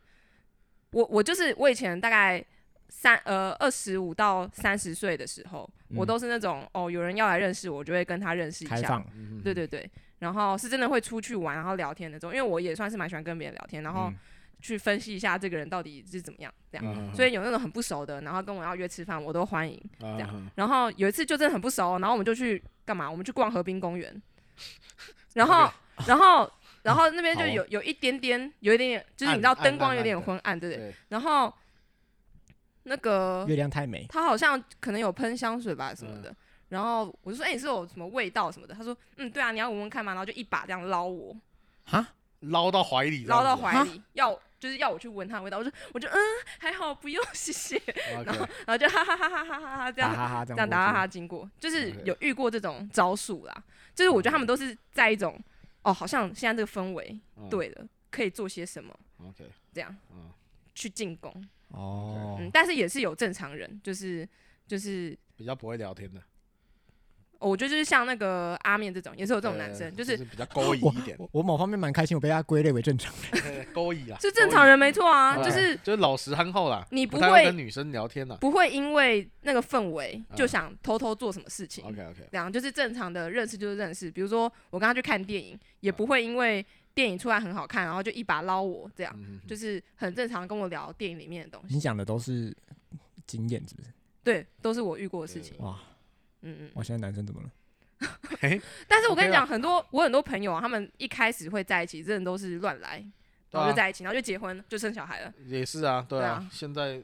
Speaker 2: 我我就是我以前大概三呃二十五到三十岁的时候，
Speaker 3: 嗯
Speaker 2: 我都是那种哦有人要来认识我，就会跟他认识一
Speaker 3: 开
Speaker 2: 下。
Speaker 3: 放，
Speaker 1: 嗯
Speaker 2: 对，对对，然后是真的会出去玩，然后聊天那种，因为我也算是蛮喜欢跟别人聊天，然后
Speaker 3: 嗯
Speaker 2: 去分析一下这个人到底是怎么样这样。
Speaker 1: 嗯
Speaker 2: 所以有那种很不熟的，然后跟我要约吃饭，我都欢迎。
Speaker 1: 这
Speaker 2: 样然后有一次就真的很不熟，然后我们就去干嘛？我们去逛河滨公园，然后，然后，然后那边就
Speaker 3: 好
Speaker 2: 有有一点点，有一点点，就是你知道
Speaker 1: 暗
Speaker 2: 灯光
Speaker 1: 暗
Speaker 2: 有点
Speaker 1: 暗的
Speaker 2: 昏暗，对不对？
Speaker 1: 对，
Speaker 2: 然后那个
Speaker 3: 嗯月亮太美，
Speaker 2: 他好像可能有喷香水吧什么的，然后我就说，哎、你是有什么味道什么的？他说，嗯，对啊，你要闻闻看嘛。然后就一把这样捞我，
Speaker 3: 哈，
Speaker 1: 捞到怀里这样子，
Speaker 2: 捞到怀
Speaker 3: 啊
Speaker 2: 里，要就是要我去闻它的味道。我就我就嗯，还好不用，谢谢。
Speaker 1: OK，
Speaker 2: 然后然后就哈哈哈哈哈哈哈这样
Speaker 3: 打哈哈这样，
Speaker 2: 这样打哈哈，经过，就是
Speaker 1: 对
Speaker 2: 有遇过这种招数啦。就是我觉得他们都是在一种哦，好像现在这个氛围
Speaker 1: 嗯
Speaker 2: 对了，可以做些什么
Speaker 1: ，OK，
Speaker 2: 这样
Speaker 1: 嗯，
Speaker 2: 去进攻。
Speaker 3: 哦
Speaker 2: 嗯，，但是也是有正常人，就是就是、
Speaker 1: 比较不会聊天的，
Speaker 2: 哦我觉得就是像那个阿面这种，也是有这种男
Speaker 1: 对
Speaker 2: 生，就
Speaker 1: 呃就是比较勾引一点，
Speaker 3: 我我某方面蛮开心，我被他归类为正常人，
Speaker 1: 对勾引啊，
Speaker 2: 就正常人没错
Speaker 1: 勾
Speaker 2: 啊，
Speaker 1: 引
Speaker 2: 就
Speaker 1: 对
Speaker 2: 是
Speaker 1: 就是老实憨厚啦，
Speaker 2: 你
Speaker 1: 哎不
Speaker 2: 不
Speaker 1: 太
Speaker 2: 会
Speaker 1: 跟女生聊天的。
Speaker 2: 不会因为那个氛围就
Speaker 1: 嗯
Speaker 2: 想偷偷做什么事情。
Speaker 1: OK OK，
Speaker 2: 这样就是正常的认识就是认识，比如说我跟他去看电影，也
Speaker 1: 嗯
Speaker 2: 不会因为电影出来很好看，然后就一把捞我这样。
Speaker 1: 嗯，
Speaker 2: 就是是很正常跟我聊电影里面的东西，
Speaker 3: 你讲的都是经验，是不是？
Speaker 2: 对，都是我遇过的事情。
Speaker 3: 哇，
Speaker 2: 嗯嗯，
Speaker 3: 我现在男生怎么了？
Speaker 2: 但是我跟你
Speaker 1: OK 啦
Speaker 2: 讲，很多我很多朋友啊，他们一开始会在一起，真的都是乱来，
Speaker 1: 啊
Speaker 2: 然后就在一起，然后就结婚，就生小孩了。
Speaker 1: 也是啊，对
Speaker 2: 对
Speaker 1: 啊
Speaker 2: 啊，
Speaker 1: 现在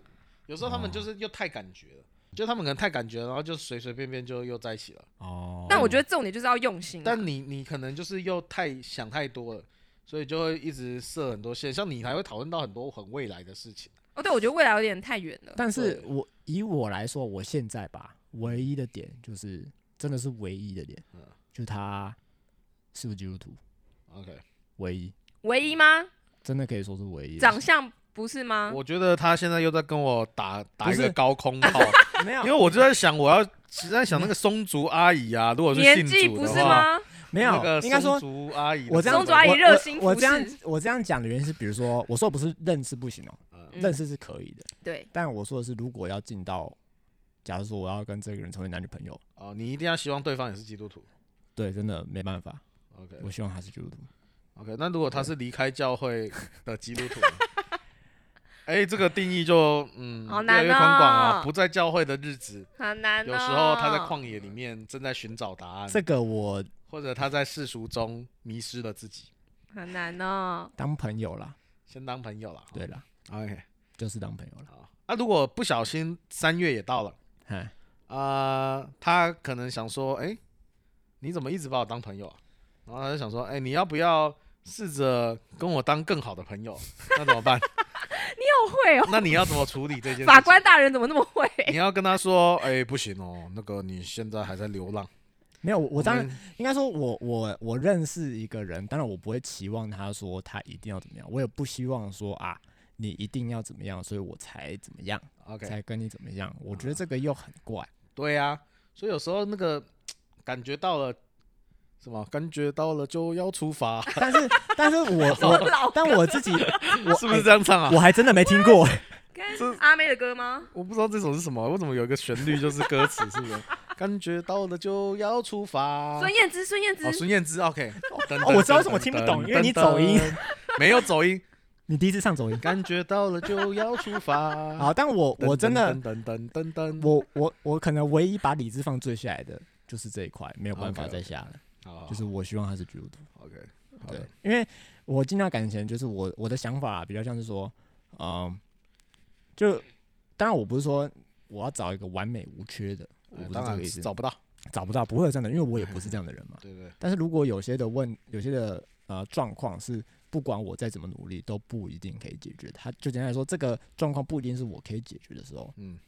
Speaker 1: 有时候他们就是又太感觉了，就他们可能太感觉了，然后就随随便便就又在一起了。
Speaker 3: 哦，
Speaker 2: 但我觉得重点就是要用心啊，
Speaker 1: 但你你可能就是又太想太多了，所以就会一直设很多线，像你还会讨论到很多很未来的事情。
Speaker 2: 哦，对我觉得未来有点太远了。
Speaker 3: 但是
Speaker 1: 对
Speaker 3: 我以我来说，我现在吧，唯一的点就是，真的是唯一的点，
Speaker 1: 嗯
Speaker 3: 就是他是不是基督徒，
Speaker 1: OK，
Speaker 3: 唯一，
Speaker 2: 唯一吗？
Speaker 3: 真的可以说是唯一的。
Speaker 2: 长 相不是吗？
Speaker 1: 我觉得他现在又在跟我打打
Speaker 3: 不
Speaker 1: 一
Speaker 3: 是
Speaker 1: 个高空炮，
Speaker 3: 没
Speaker 1: 因为我就在想，我要实在想那个松竹阿姨啊，如果是
Speaker 2: 年
Speaker 1: 信
Speaker 2: 纪
Speaker 1: 主
Speaker 2: 不
Speaker 1: 的
Speaker 2: 是
Speaker 1: 话，
Speaker 2: 吗？嗯
Speaker 3: 没
Speaker 1: 那
Speaker 3: 有，
Speaker 1: 个
Speaker 3: 应该说
Speaker 1: 松竹阿姨的话，
Speaker 3: 我这样
Speaker 2: 松竹阿姨
Speaker 3: 我
Speaker 2: 热心
Speaker 3: 我我
Speaker 2: 服
Speaker 3: 这样
Speaker 2: 侍
Speaker 3: 我这样讲的原因是，比如说，我说不是认识不行哦、
Speaker 1: 嗯
Speaker 2: 嗯
Speaker 3: 认识是可以的，
Speaker 2: 对，
Speaker 3: 但我说的是，如果要进到，假如说我要跟这个人成为男女朋友，
Speaker 1: 哦，你一定要希望对方也是基督徒。
Speaker 3: 对，真的没办法，
Speaker 1: OK
Speaker 3: 我希望他是基督徒。
Speaker 1: OK，那如果他是离开教会的基督徒呢， 哎、这个定义就嗯
Speaker 2: 好
Speaker 1: 越来
Speaker 2: 难
Speaker 1: 越宽广啊，
Speaker 2: 哦
Speaker 1: 不在教会的日子。
Speaker 2: 很难、哦。
Speaker 1: 有时候他在旷野里面正在寻找答案，
Speaker 3: 这个我
Speaker 1: 或者他在世俗中迷失了自己。
Speaker 2: 很难哦。
Speaker 3: 当朋友啦，
Speaker 1: 先当朋友啦。
Speaker 3: 对啦，
Speaker 1: ，OK，
Speaker 3: 就是当朋友啦。
Speaker 1: 好。那、如果不小心三月也到了，
Speaker 3: 哎，
Speaker 1: 呃，他可能想说，哎、你怎么一直把我当朋友啊？然后他就想说，哎、你要不要试着跟我当更好的朋友？那怎么办？
Speaker 2: 好会哦，
Speaker 1: 那你要怎么处理这件事？
Speaker 2: 法官，大人怎么那么会？
Speaker 1: 你要跟他说，哎、不行哦，那个你现在还在流浪。
Speaker 3: 没有，我我当然
Speaker 1: 们
Speaker 3: 应该说我，我我认识一个人，当然我不会期望他说他一定要怎么样，我也不希望说啊你一定要怎么样，所以我才怎么样
Speaker 1: OK，
Speaker 3: 才跟你怎么样。我觉得这个又很怪，
Speaker 1: 对呀、所以有时候那个感觉到了什么，感觉到了就要出发，
Speaker 3: 但是但是我我
Speaker 2: 老
Speaker 3: 但我自己 我
Speaker 1: 是不是这样唱啊
Speaker 3: 哎？我还真的没听过，
Speaker 1: 这
Speaker 2: 跟阿妹的歌吗？
Speaker 1: 我不知道这首是什么，为什么有一个旋律就是歌词，是不是？感觉到了就要出发。
Speaker 2: 孙燕姿，孙燕姿
Speaker 1: 哦，，孙燕姿，OK，等
Speaker 3: 哦我知道为什么听不懂因为你走音，
Speaker 1: 噔噔噔噔噔没有走音，
Speaker 3: 你第一次唱走音。
Speaker 1: 感觉到了就要出发。
Speaker 3: 好，但我我真的
Speaker 1: 噔噔噔噔噔噔，
Speaker 3: 我我我可能唯一把理智放最下来的就是这一块，没有办法
Speaker 1: OK，OK 哦
Speaker 3: 再下了。
Speaker 1: 好，
Speaker 3: 就是我希望他是基督徒，
Speaker 1: OK，哎
Speaker 3: 对，因为我进到感情前，就是我我的想法、比较像是说，嗯、就当然我不是说我要找一个完美无缺的，我
Speaker 1: 呃
Speaker 3: 不是
Speaker 1: 当
Speaker 3: 这
Speaker 1: 然
Speaker 3: 个意
Speaker 1: 是
Speaker 3: 思，
Speaker 1: 找不到，
Speaker 3: 找不到不会有这样的人，因为我也不是这样的人 嘛。
Speaker 1: 对对，
Speaker 3: 但是如果有些的问，有些的呃状况是不管我再怎么努力都不一定可以解决，它就简单来说，这个状况不一定是我可以解决的时候，
Speaker 1: 嗯。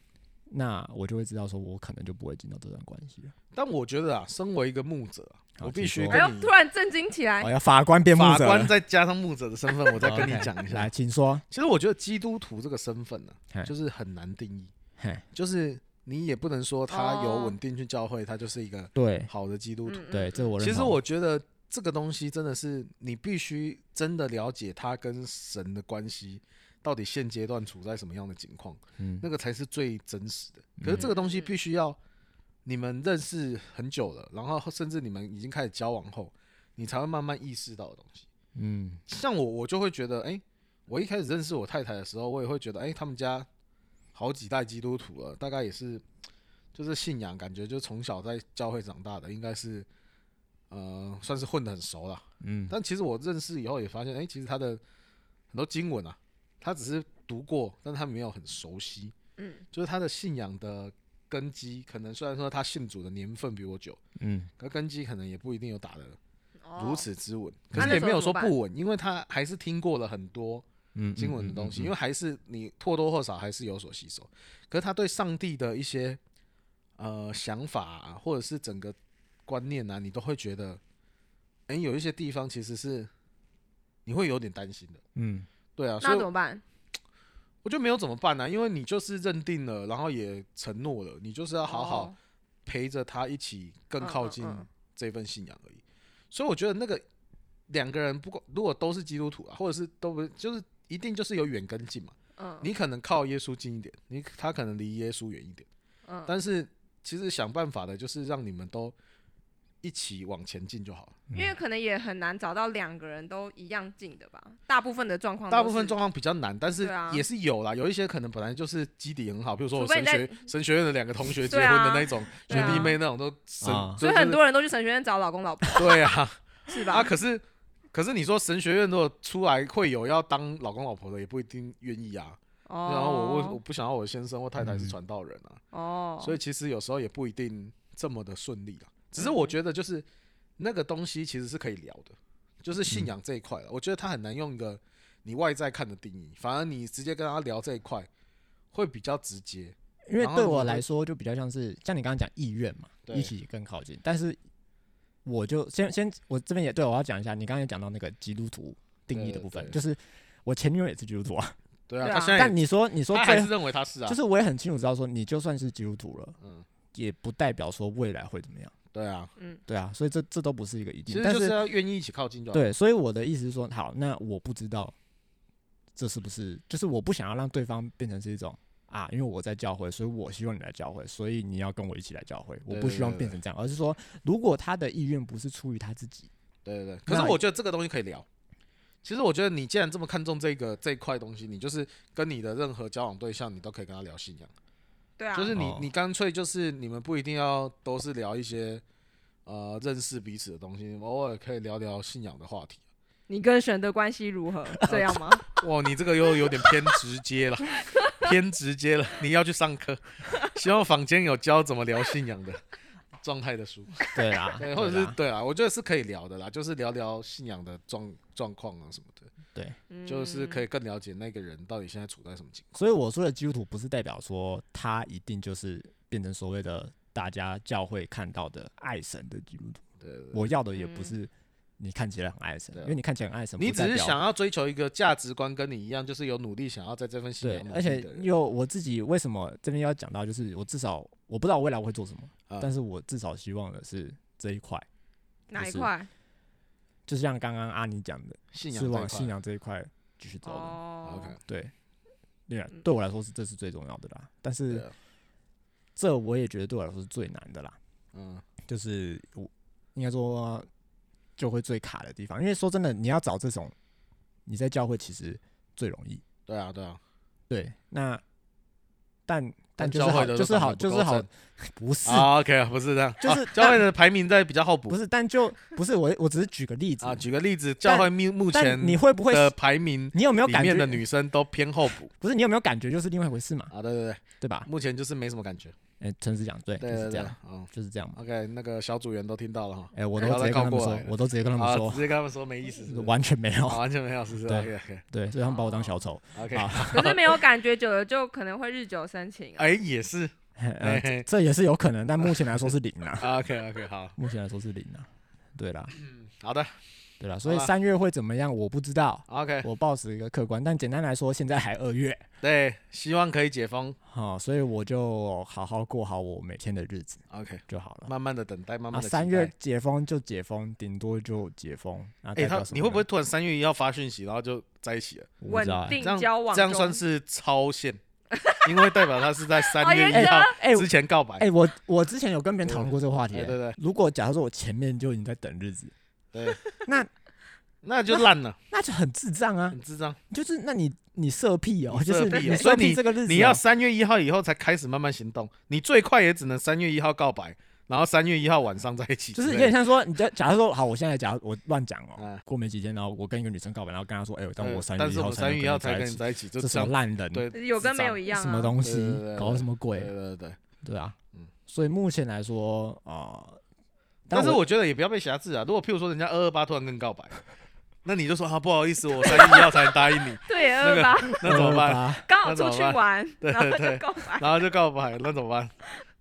Speaker 3: 那我就会知道说我可能就不会进到这段关系了。
Speaker 1: 但我觉得啊，身为一个牧者啊，
Speaker 3: 好
Speaker 1: 我必须
Speaker 3: 请
Speaker 2: 哎
Speaker 1: 跟
Speaker 3: 说
Speaker 2: 呦，
Speaker 1: 你
Speaker 2: 突然震惊起来
Speaker 3: 哦，，要法官辩护
Speaker 1: 法
Speaker 3: 者
Speaker 1: 官
Speaker 3: 了
Speaker 1: 再加上牧者的身份，我再跟 你
Speaker 3: OK，
Speaker 1: 讲一下
Speaker 3: 来，。请说。
Speaker 1: 其实我觉得基督徒这个身份呢
Speaker 3: 嘿，
Speaker 1: 就是很难定义，
Speaker 3: 嘿，
Speaker 1: 就是你也不能说他有
Speaker 2: 哦
Speaker 1: 稳定去教会，他就是一个
Speaker 3: 对
Speaker 1: 好的基督徒。
Speaker 2: 嗯
Speaker 3: 对，这我认
Speaker 1: 其实
Speaker 3: 同
Speaker 1: 我觉得这个东西真的是你必须真的了解他跟神的关系到底现阶段处在什么样的情况，
Speaker 3: 嗯
Speaker 1: 那个才是最真实的。可是
Speaker 2: 嗯
Speaker 1: 这个东西必须要你们认识很久了，然后甚至你们已经开始交往后，你才会慢慢意识到的东西。
Speaker 3: 嗯
Speaker 1: 像我，我就会觉得，哎、我一开始认识我太太的时候，我也会觉得，哎、他们家好几代基督徒了，大概也是就是信仰，感觉就从小在教会长大的，应该是呃算是混得很熟了。
Speaker 3: 嗯
Speaker 1: 但其实我认识以后也发现，哎、其实他的很多经文啊，他只是读过，但他没有很熟悉。
Speaker 2: 嗯，
Speaker 1: 就是他的信仰的根基，可能虽然说他信主的年份比我久，
Speaker 3: 嗯
Speaker 1: 可根基可能也不一定有打得
Speaker 2: 哦
Speaker 1: 如此啊之稳，
Speaker 2: 那
Speaker 1: 可是
Speaker 2: 那
Speaker 1: 也
Speaker 2: 时
Speaker 1: 没
Speaker 2: 候怎
Speaker 1: 有说
Speaker 2: 么办
Speaker 1: 不稳，因为他还是听过了很多
Speaker 3: 嗯，
Speaker 1: 经文的东西，因为还是你或多或少还是有所吸收。可是他对上帝的一些呃想法、啊，或者是整个观念啊，你都会觉得，哎、有一些地方其实是你会有点担心的。
Speaker 3: 嗯
Speaker 1: 对啊，所
Speaker 2: 那
Speaker 1: 以
Speaker 2: 怎么办？
Speaker 1: 我就没有怎么办呢、啊因为你就是认定了，然后也承诺了，你就是要好好
Speaker 2: 哦，
Speaker 1: 陪着他一起更靠近
Speaker 2: 嗯嗯嗯
Speaker 1: 这份信仰而已。所以我觉得那个两个人不管如果都是基督徒啊，或者是都不是就是一定就是有远跟近嘛。
Speaker 2: 嗯，
Speaker 1: 你可能靠耶稣近一点，你他可能离耶稣远一点，
Speaker 2: 嗯
Speaker 1: 但是其实想办法的就是让你们都一起往前进就好了。
Speaker 3: 嗯
Speaker 2: 因为可能也很难找到两个人都一样近的吧，大部分的状况都
Speaker 1: 大
Speaker 2: 嗯是，
Speaker 1: 部分状况比较难，但是
Speaker 2: 对啊
Speaker 1: 也是有啦，有一些可能本来就是基底很好，比如说我
Speaker 2: 除非
Speaker 1: 神
Speaker 2: 你
Speaker 1: 学神学院的两个同学结
Speaker 2: 对
Speaker 1: 婚
Speaker 2: 啊
Speaker 1: 的那种学
Speaker 2: 对啊
Speaker 1: 弟妹那种都神
Speaker 3: 啊，
Speaker 2: 所以很多人都去神学院找老公老婆，
Speaker 1: 对啊，
Speaker 2: 是吧？
Speaker 1: 啊，可是可是你说神学院如果出来会有要当老公老婆的，也不一定愿意啊。
Speaker 2: 哦，
Speaker 1: 然后我我我不想要我先生或太太是
Speaker 3: 嗯
Speaker 1: 传道人啊，
Speaker 2: 哦，
Speaker 1: 所以
Speaker 2: 以
Speaker 1: 其实有时候也不一定这么的顺利啦。只是我觉得就是那个东西其实是可以聊的，就是信仰这一块了。我觉得它很难用一个你外在看的定义，反而你直接跟他聊这一块会比较直接。
Speaker 3: 因为
Speaker 1: 然后
Speaker 3: 对
Speaker 1: 你
Speaker 3: 我
Speaker 1: 就
Speaker 3: 来说就比较像是像你刚刚讲意愿嘛，
Speaker 1: 对
Speaker 3: 一起更靠近。但是我就先先我这边也对我要讲一下，你刚才讲到那个基督徒定义的
Speaker 1: 对
Speaker 3: 部分，
Speaker 1: 对
Speaker 3: 就是我前女友也是基督徒啊，
Speaker 1: 对啊，
Speaker 2: 对
Speaker 1: 他
Speaker 2: 啊
Speaker 1: 现在
Speaker 3: 但
Speaker 1: 也
Speaker 3: 你说你说
Speaker 1: 他还
Speaker 3: 最
Speaker 1: 是认为他是啊，
Speaker 3: 就是我也很清楚知道说，你就算是基督徒了，
Speaker 1: 嗯，
Speaker 3: 也不代表说未来会怎么样。
Speaker 1: 对啊，
Speaker 2: 嗯，
Speaker 3: 对啊，所以这这都不是一个一
Speaker 1: 其
Speaker 3: 定，
Speaker 1: 实
Speaker 3: 但
Speaker 1: 就是要愿意一起靠近就好。
Speaker 3: 对，所以我的意思是说，好，那我不知道这是不是，就是我不想要让对方变成是一种啊，因为我在教会，所以我希望你来教会，所以你要跟我一起来教会。我
Speaker 1: 对
Speaker 3: 不
Speaker 1: 对
Speaker 3: 希望
Speaker 1: 对
Speaker 3: 变
Speaker 1: 对
Speaker 3: 成这样，而是说，如果他的意愿不是出于他自 己，
Speaker 1: 对对对，可
Speaker 3: 那
Speaker 1: 是我觉得这个东西可以聊。其实我觉得你既然这么看重这个这一块东西，你就是跟你的任何交往对象，你都可以跟他聊信仰。
Speaker 2: 对啊，
Speaker 1: 就是你
Speaker 3: 哦
Speaker 1: 你干脆就是你们不一定要都是聊一些呃认识彼此的东西，你们偶尔可以聊聊信仰的话题。
Speaker 2: 你跟神的关系如何？这样 吗？
Speaker 1: 哇，你这个又有点偏直 接了，偏直接了。你要去上课，希望坊间有教怎么聊信仰的。状态的书，
Speaker 3: 对啦，
Speaker 1: 对，或者是
Speaker 3: 啦
Speaker 1: 对啊，我觉得是可以聊的啦，就是聊聊信仰的状状况啊什么的，
Speaker 2: 嗯
Speaker 1: 就是可
Speaker 2: 以，
Speaker 1: 以更了解那个人到底现在处在什么情
Speaker 3: 所以我说的基督徒不是代表说他一定就是变成所谓的大家教会看到的爱神的基督徒。
Speaker 1: 况。对对对
Speaker 3: 我要的也不
Speaker 2: 嗯
Speaker 3: 是你看起来很爱神，
Speaker 1: 对啊
Speaker 3: 因为你看起来很爱神，
Speaker 1: 你
Speaker 3: 不
Speaker 1: 只
Speaker 3: 代
Speaker 1: 是
Speaker 3: 表
Speaker 1: 想要追求一个价值观跟你一样，就是有努力想要在这份信
Speaker 3: 对
Speaker 1: 仰，努
Speaker 3: 而
Speaker 1: 力
Speaker 3: 且
Speaker 1: 的人，
Speaker 3: 又我自己为什么这边要讲到，就是我至少我不知道我未来我会做什么，
Speaker 1: 啊
Speaker 3: 但是我至少希望的是这一块，
Speaker 2: 哪一
Speaker 3: 就是
Speaker 2: 块？
Speaker 3: 就像刚刚阿尼讲的，
Speaker 1: 信仰
Speaker 3: 是
Speaker 1: 这一
Speaker 3: 往
Speaker 1: 块
Speaker 3: 信仰这一块继续走的。
Speaker 2: 哦
Speaker 1: OK，
Speaker 3: 对，对啊
Speaker 2: 嗯，
Speaker 3: 对我来说是这是最重要的啦，但
Speaker 1: 对
Speaker 3: 是
Speaker 1: 啊，
Speaker 3: 这我也觉得对我来说是最难的啦，
Speaker 1: 嗯，
Speaker 3: 就是我应该说就会最卡的地方，因为说真的，你要找这种你在教会其实最容易，
Speaker 1: 对啊，对啊，
Speaker 3: 对，那但但就
Speaker 1: 教
Speaker 3: 是好
Speaker 1: 会的
Speaker 3: 就
Speaker 1: 都
Speaker 3: 是
Speaker 1: 长
Speaker 3: 好
Speaker 1: 得不
Speaker 3: 就
Speaker 1: 够
Speaker 3: 是好
Speaker 1: 正，
Speaker 3: 不是
Speaker 1: 啊，OK，不是这样，
Speaker 3: 就是
Speaker 1: 啊教会的排名在比较后
Speaker 3: 不
Speaker 1: 补
Speaker 3: 是，但就不是我我只是举个例子
Speaker 1: 啊。，举个例子，教会目目前
Speaker 3: 但你会不会
Speaker 1: 的排名
Speaker 3: 你有没有
Speaker 1: 里
Speaker 3: 感觉
Speaker 1: 面的女生都偏后补
Speaker 3: 不是你有没有感觉就是另外一回事嘛，
Speaker 1: 啊，对对对，
Speaker 3: 对吧？
Speaker 1: 目前就是没什么感觉，
Speaker 3: 哎，诚实讲，对，就
Speaker 1: 对对
Speaker 3: 是这
Speaker 1: 对
Speaker 3: 样，，
Speaker 1: 嗯
Speaker 3: 就是这样嘛。
Speaker 1: ，OK，那个小组员都听到了哈，
Speaker 3: 哎，我都
Speaker 1: 不要
Speaker 3: 直
Speaker 1: 再
Speaker 3: 接跟他
Speaker 1: 靠
Speaker 3: 们
Speaker 1: 过来
Speaker 3: 说，我都直接跟他们
Speaker 1: 啊，
Speaker 3: 说
Speaker 1: 直，接跟他们说没意思，是不是
Speaker 3: 完全没有
Speaker 1: 啊，完哦全没有，是不是
Speaker 3: 对
Speaker 1: ？OK
Speaker 3: 对，所以他们把我当小丑。
Speaker 1: OK
Speaker 3: 好
Speaker 1: OK，
Speaker 2: 可是没有感觉，久了就可能会日久生情啊。
Speaker 1: 哎，也是
Speaker 3: 呃
Speaker 1: 嘿嘿
Speaker 3: 这这也是有可能，但目前来说是零啊，
Speaker 1: ，OK OK，好，
Speaker 3: 目前来说是零啊。对啦，
Speaker 1: 好的
Speaker 3: 对啦，所以
Speaker 1: 好啦哎
Speaker 3: 三月会怎么样，我不知道，
Speaker 1: ，OK，
Speaker 3: 我抱持一个客观，但简单来说，现在还二月，
Speaker 1: 对，希望可以解封
Speaker 3: 好，所以我就好好过好我每天的日子
Speaker 1: ，OK，
Speaker 3: 就好了。
Speaker 1: 慢慢的等待，慢
Speaker 3: 啊，
Speaker 1: 慢的
Speaker 3: 三月解封就解封，顶多就解封。啊，
Speaker 1: 哎、
Speaker 3: 代表
Speaker 1: 他
Speaker 3: 什
Speaker 1: 你
Speaker 3: 么
Speaker 1: 会不
Speaker 3: 呢
Speaker 1: 会？突然三月一要发讯息，然后就在一起了？啊
Speaker 3: 我不知道
Speaker 2: 稳定
Speaker 1: 这样
Speaker 2: 交往
Speaker 1: 这样
Speaker 2: 中
Speaker 1: 算是超限，因为代表他是在三 月
Speaker 2: 哦
Speaker 1: 一
Speaker 2: 原
Speaker 1: 号
Speaker 3: 哎、
Speaker 1: 之前告白。
Speaker 3: 哎、我我之前有跟别人讨论过这个话题、哎
Speaker 1: 对对对
Speaker 3: 如果假如说我前面就已经在等日子，
Speaker 1: 对，
Speaker 3: 那
Speaker 1: 那就烂了，
Speaker 3: 那就很智障啊！
Speaker 1: 很智障。
Speaker 3: 就是那你你设屁哦、
Speaker 1: 嗯你
Speaker 3: 就
Speaker 1: 设
Speaker 3: 是
Speaker 1: 屁
Speaker 3: 你
Speaker 1: 哦
Speaker 3: 你
Speaker 1: 所
Speaker 3: 设
Speaker 1: 以
Speaker 3: 屁这个日子哦、
Speaker 1: 你要三月一号以后才开始慢慢行动，你最快也只能三月一号告白，然后三月一号晚上在一起之
Speaker 3: 就
Speaker 1: 类
Speaker 3: 是
Speaker 1: 的。
Speaker 3: 有点像说，你假假如说好，我现在假如我乱讲哦
Speaker 1: 嗯，
Speaker 3: 过没几天，然后我跟一个女生告白，然后跟她说，哎、呦，但
Speaker 1: 对
Speaker 3: 我三月
Speaker 1: 但
Speaker 3: 一
Speaker 1: 是
Speaker 3: 号
Speaker 1: 我三月一
Speaker 3: 一
Speaker 1: 号
Speaker 3: 号
Speaker 1: 才跟
Speaker 3: 跟
Speaker 1: 你
Speaker 3: 你在
Speaker 1: 在一起，
Speaker 3: 一起，
Speaker 1: 就
Speaker 3: 这
Speaker 1: 这
Speaker 3: 什么
Speaker 1: 样。
Speaker 3: 烂人，
Speaker 1: 对
Speaker 2: 有跟没有一样
Speaker 3: 什么
Speaker 2: 啊？
Speaker 3: 东
Speaker 1: 对对
Speaker 3: 西
Speaker 1: 对，
Speaker 3: 搞什么鬼
Speaker 1: 对，对对。
Speaker 3: 对啊
Speaker 1: 嗯，
Speaker 3: 所以目前来说啊、呃
Speaker 1: 但是
Speaker 3: 我
Speaker 1: 我觉得也不要被辖制啊。如果譬如说人家二二八突然跟你告白，那你就说啊不好意思，我三月一号才能答应你，
Speaker 2: 对，二 八
Speaker 1: 那怎么办？
Speaker 3: 办？
Speaker 2: 刚好出去玩，
Speaker 1: 对
Speaker 2: 然后
Speaker 1: 对
Speaker 2: 就告白。
Speaker 1: 然后就告白，那怎么办？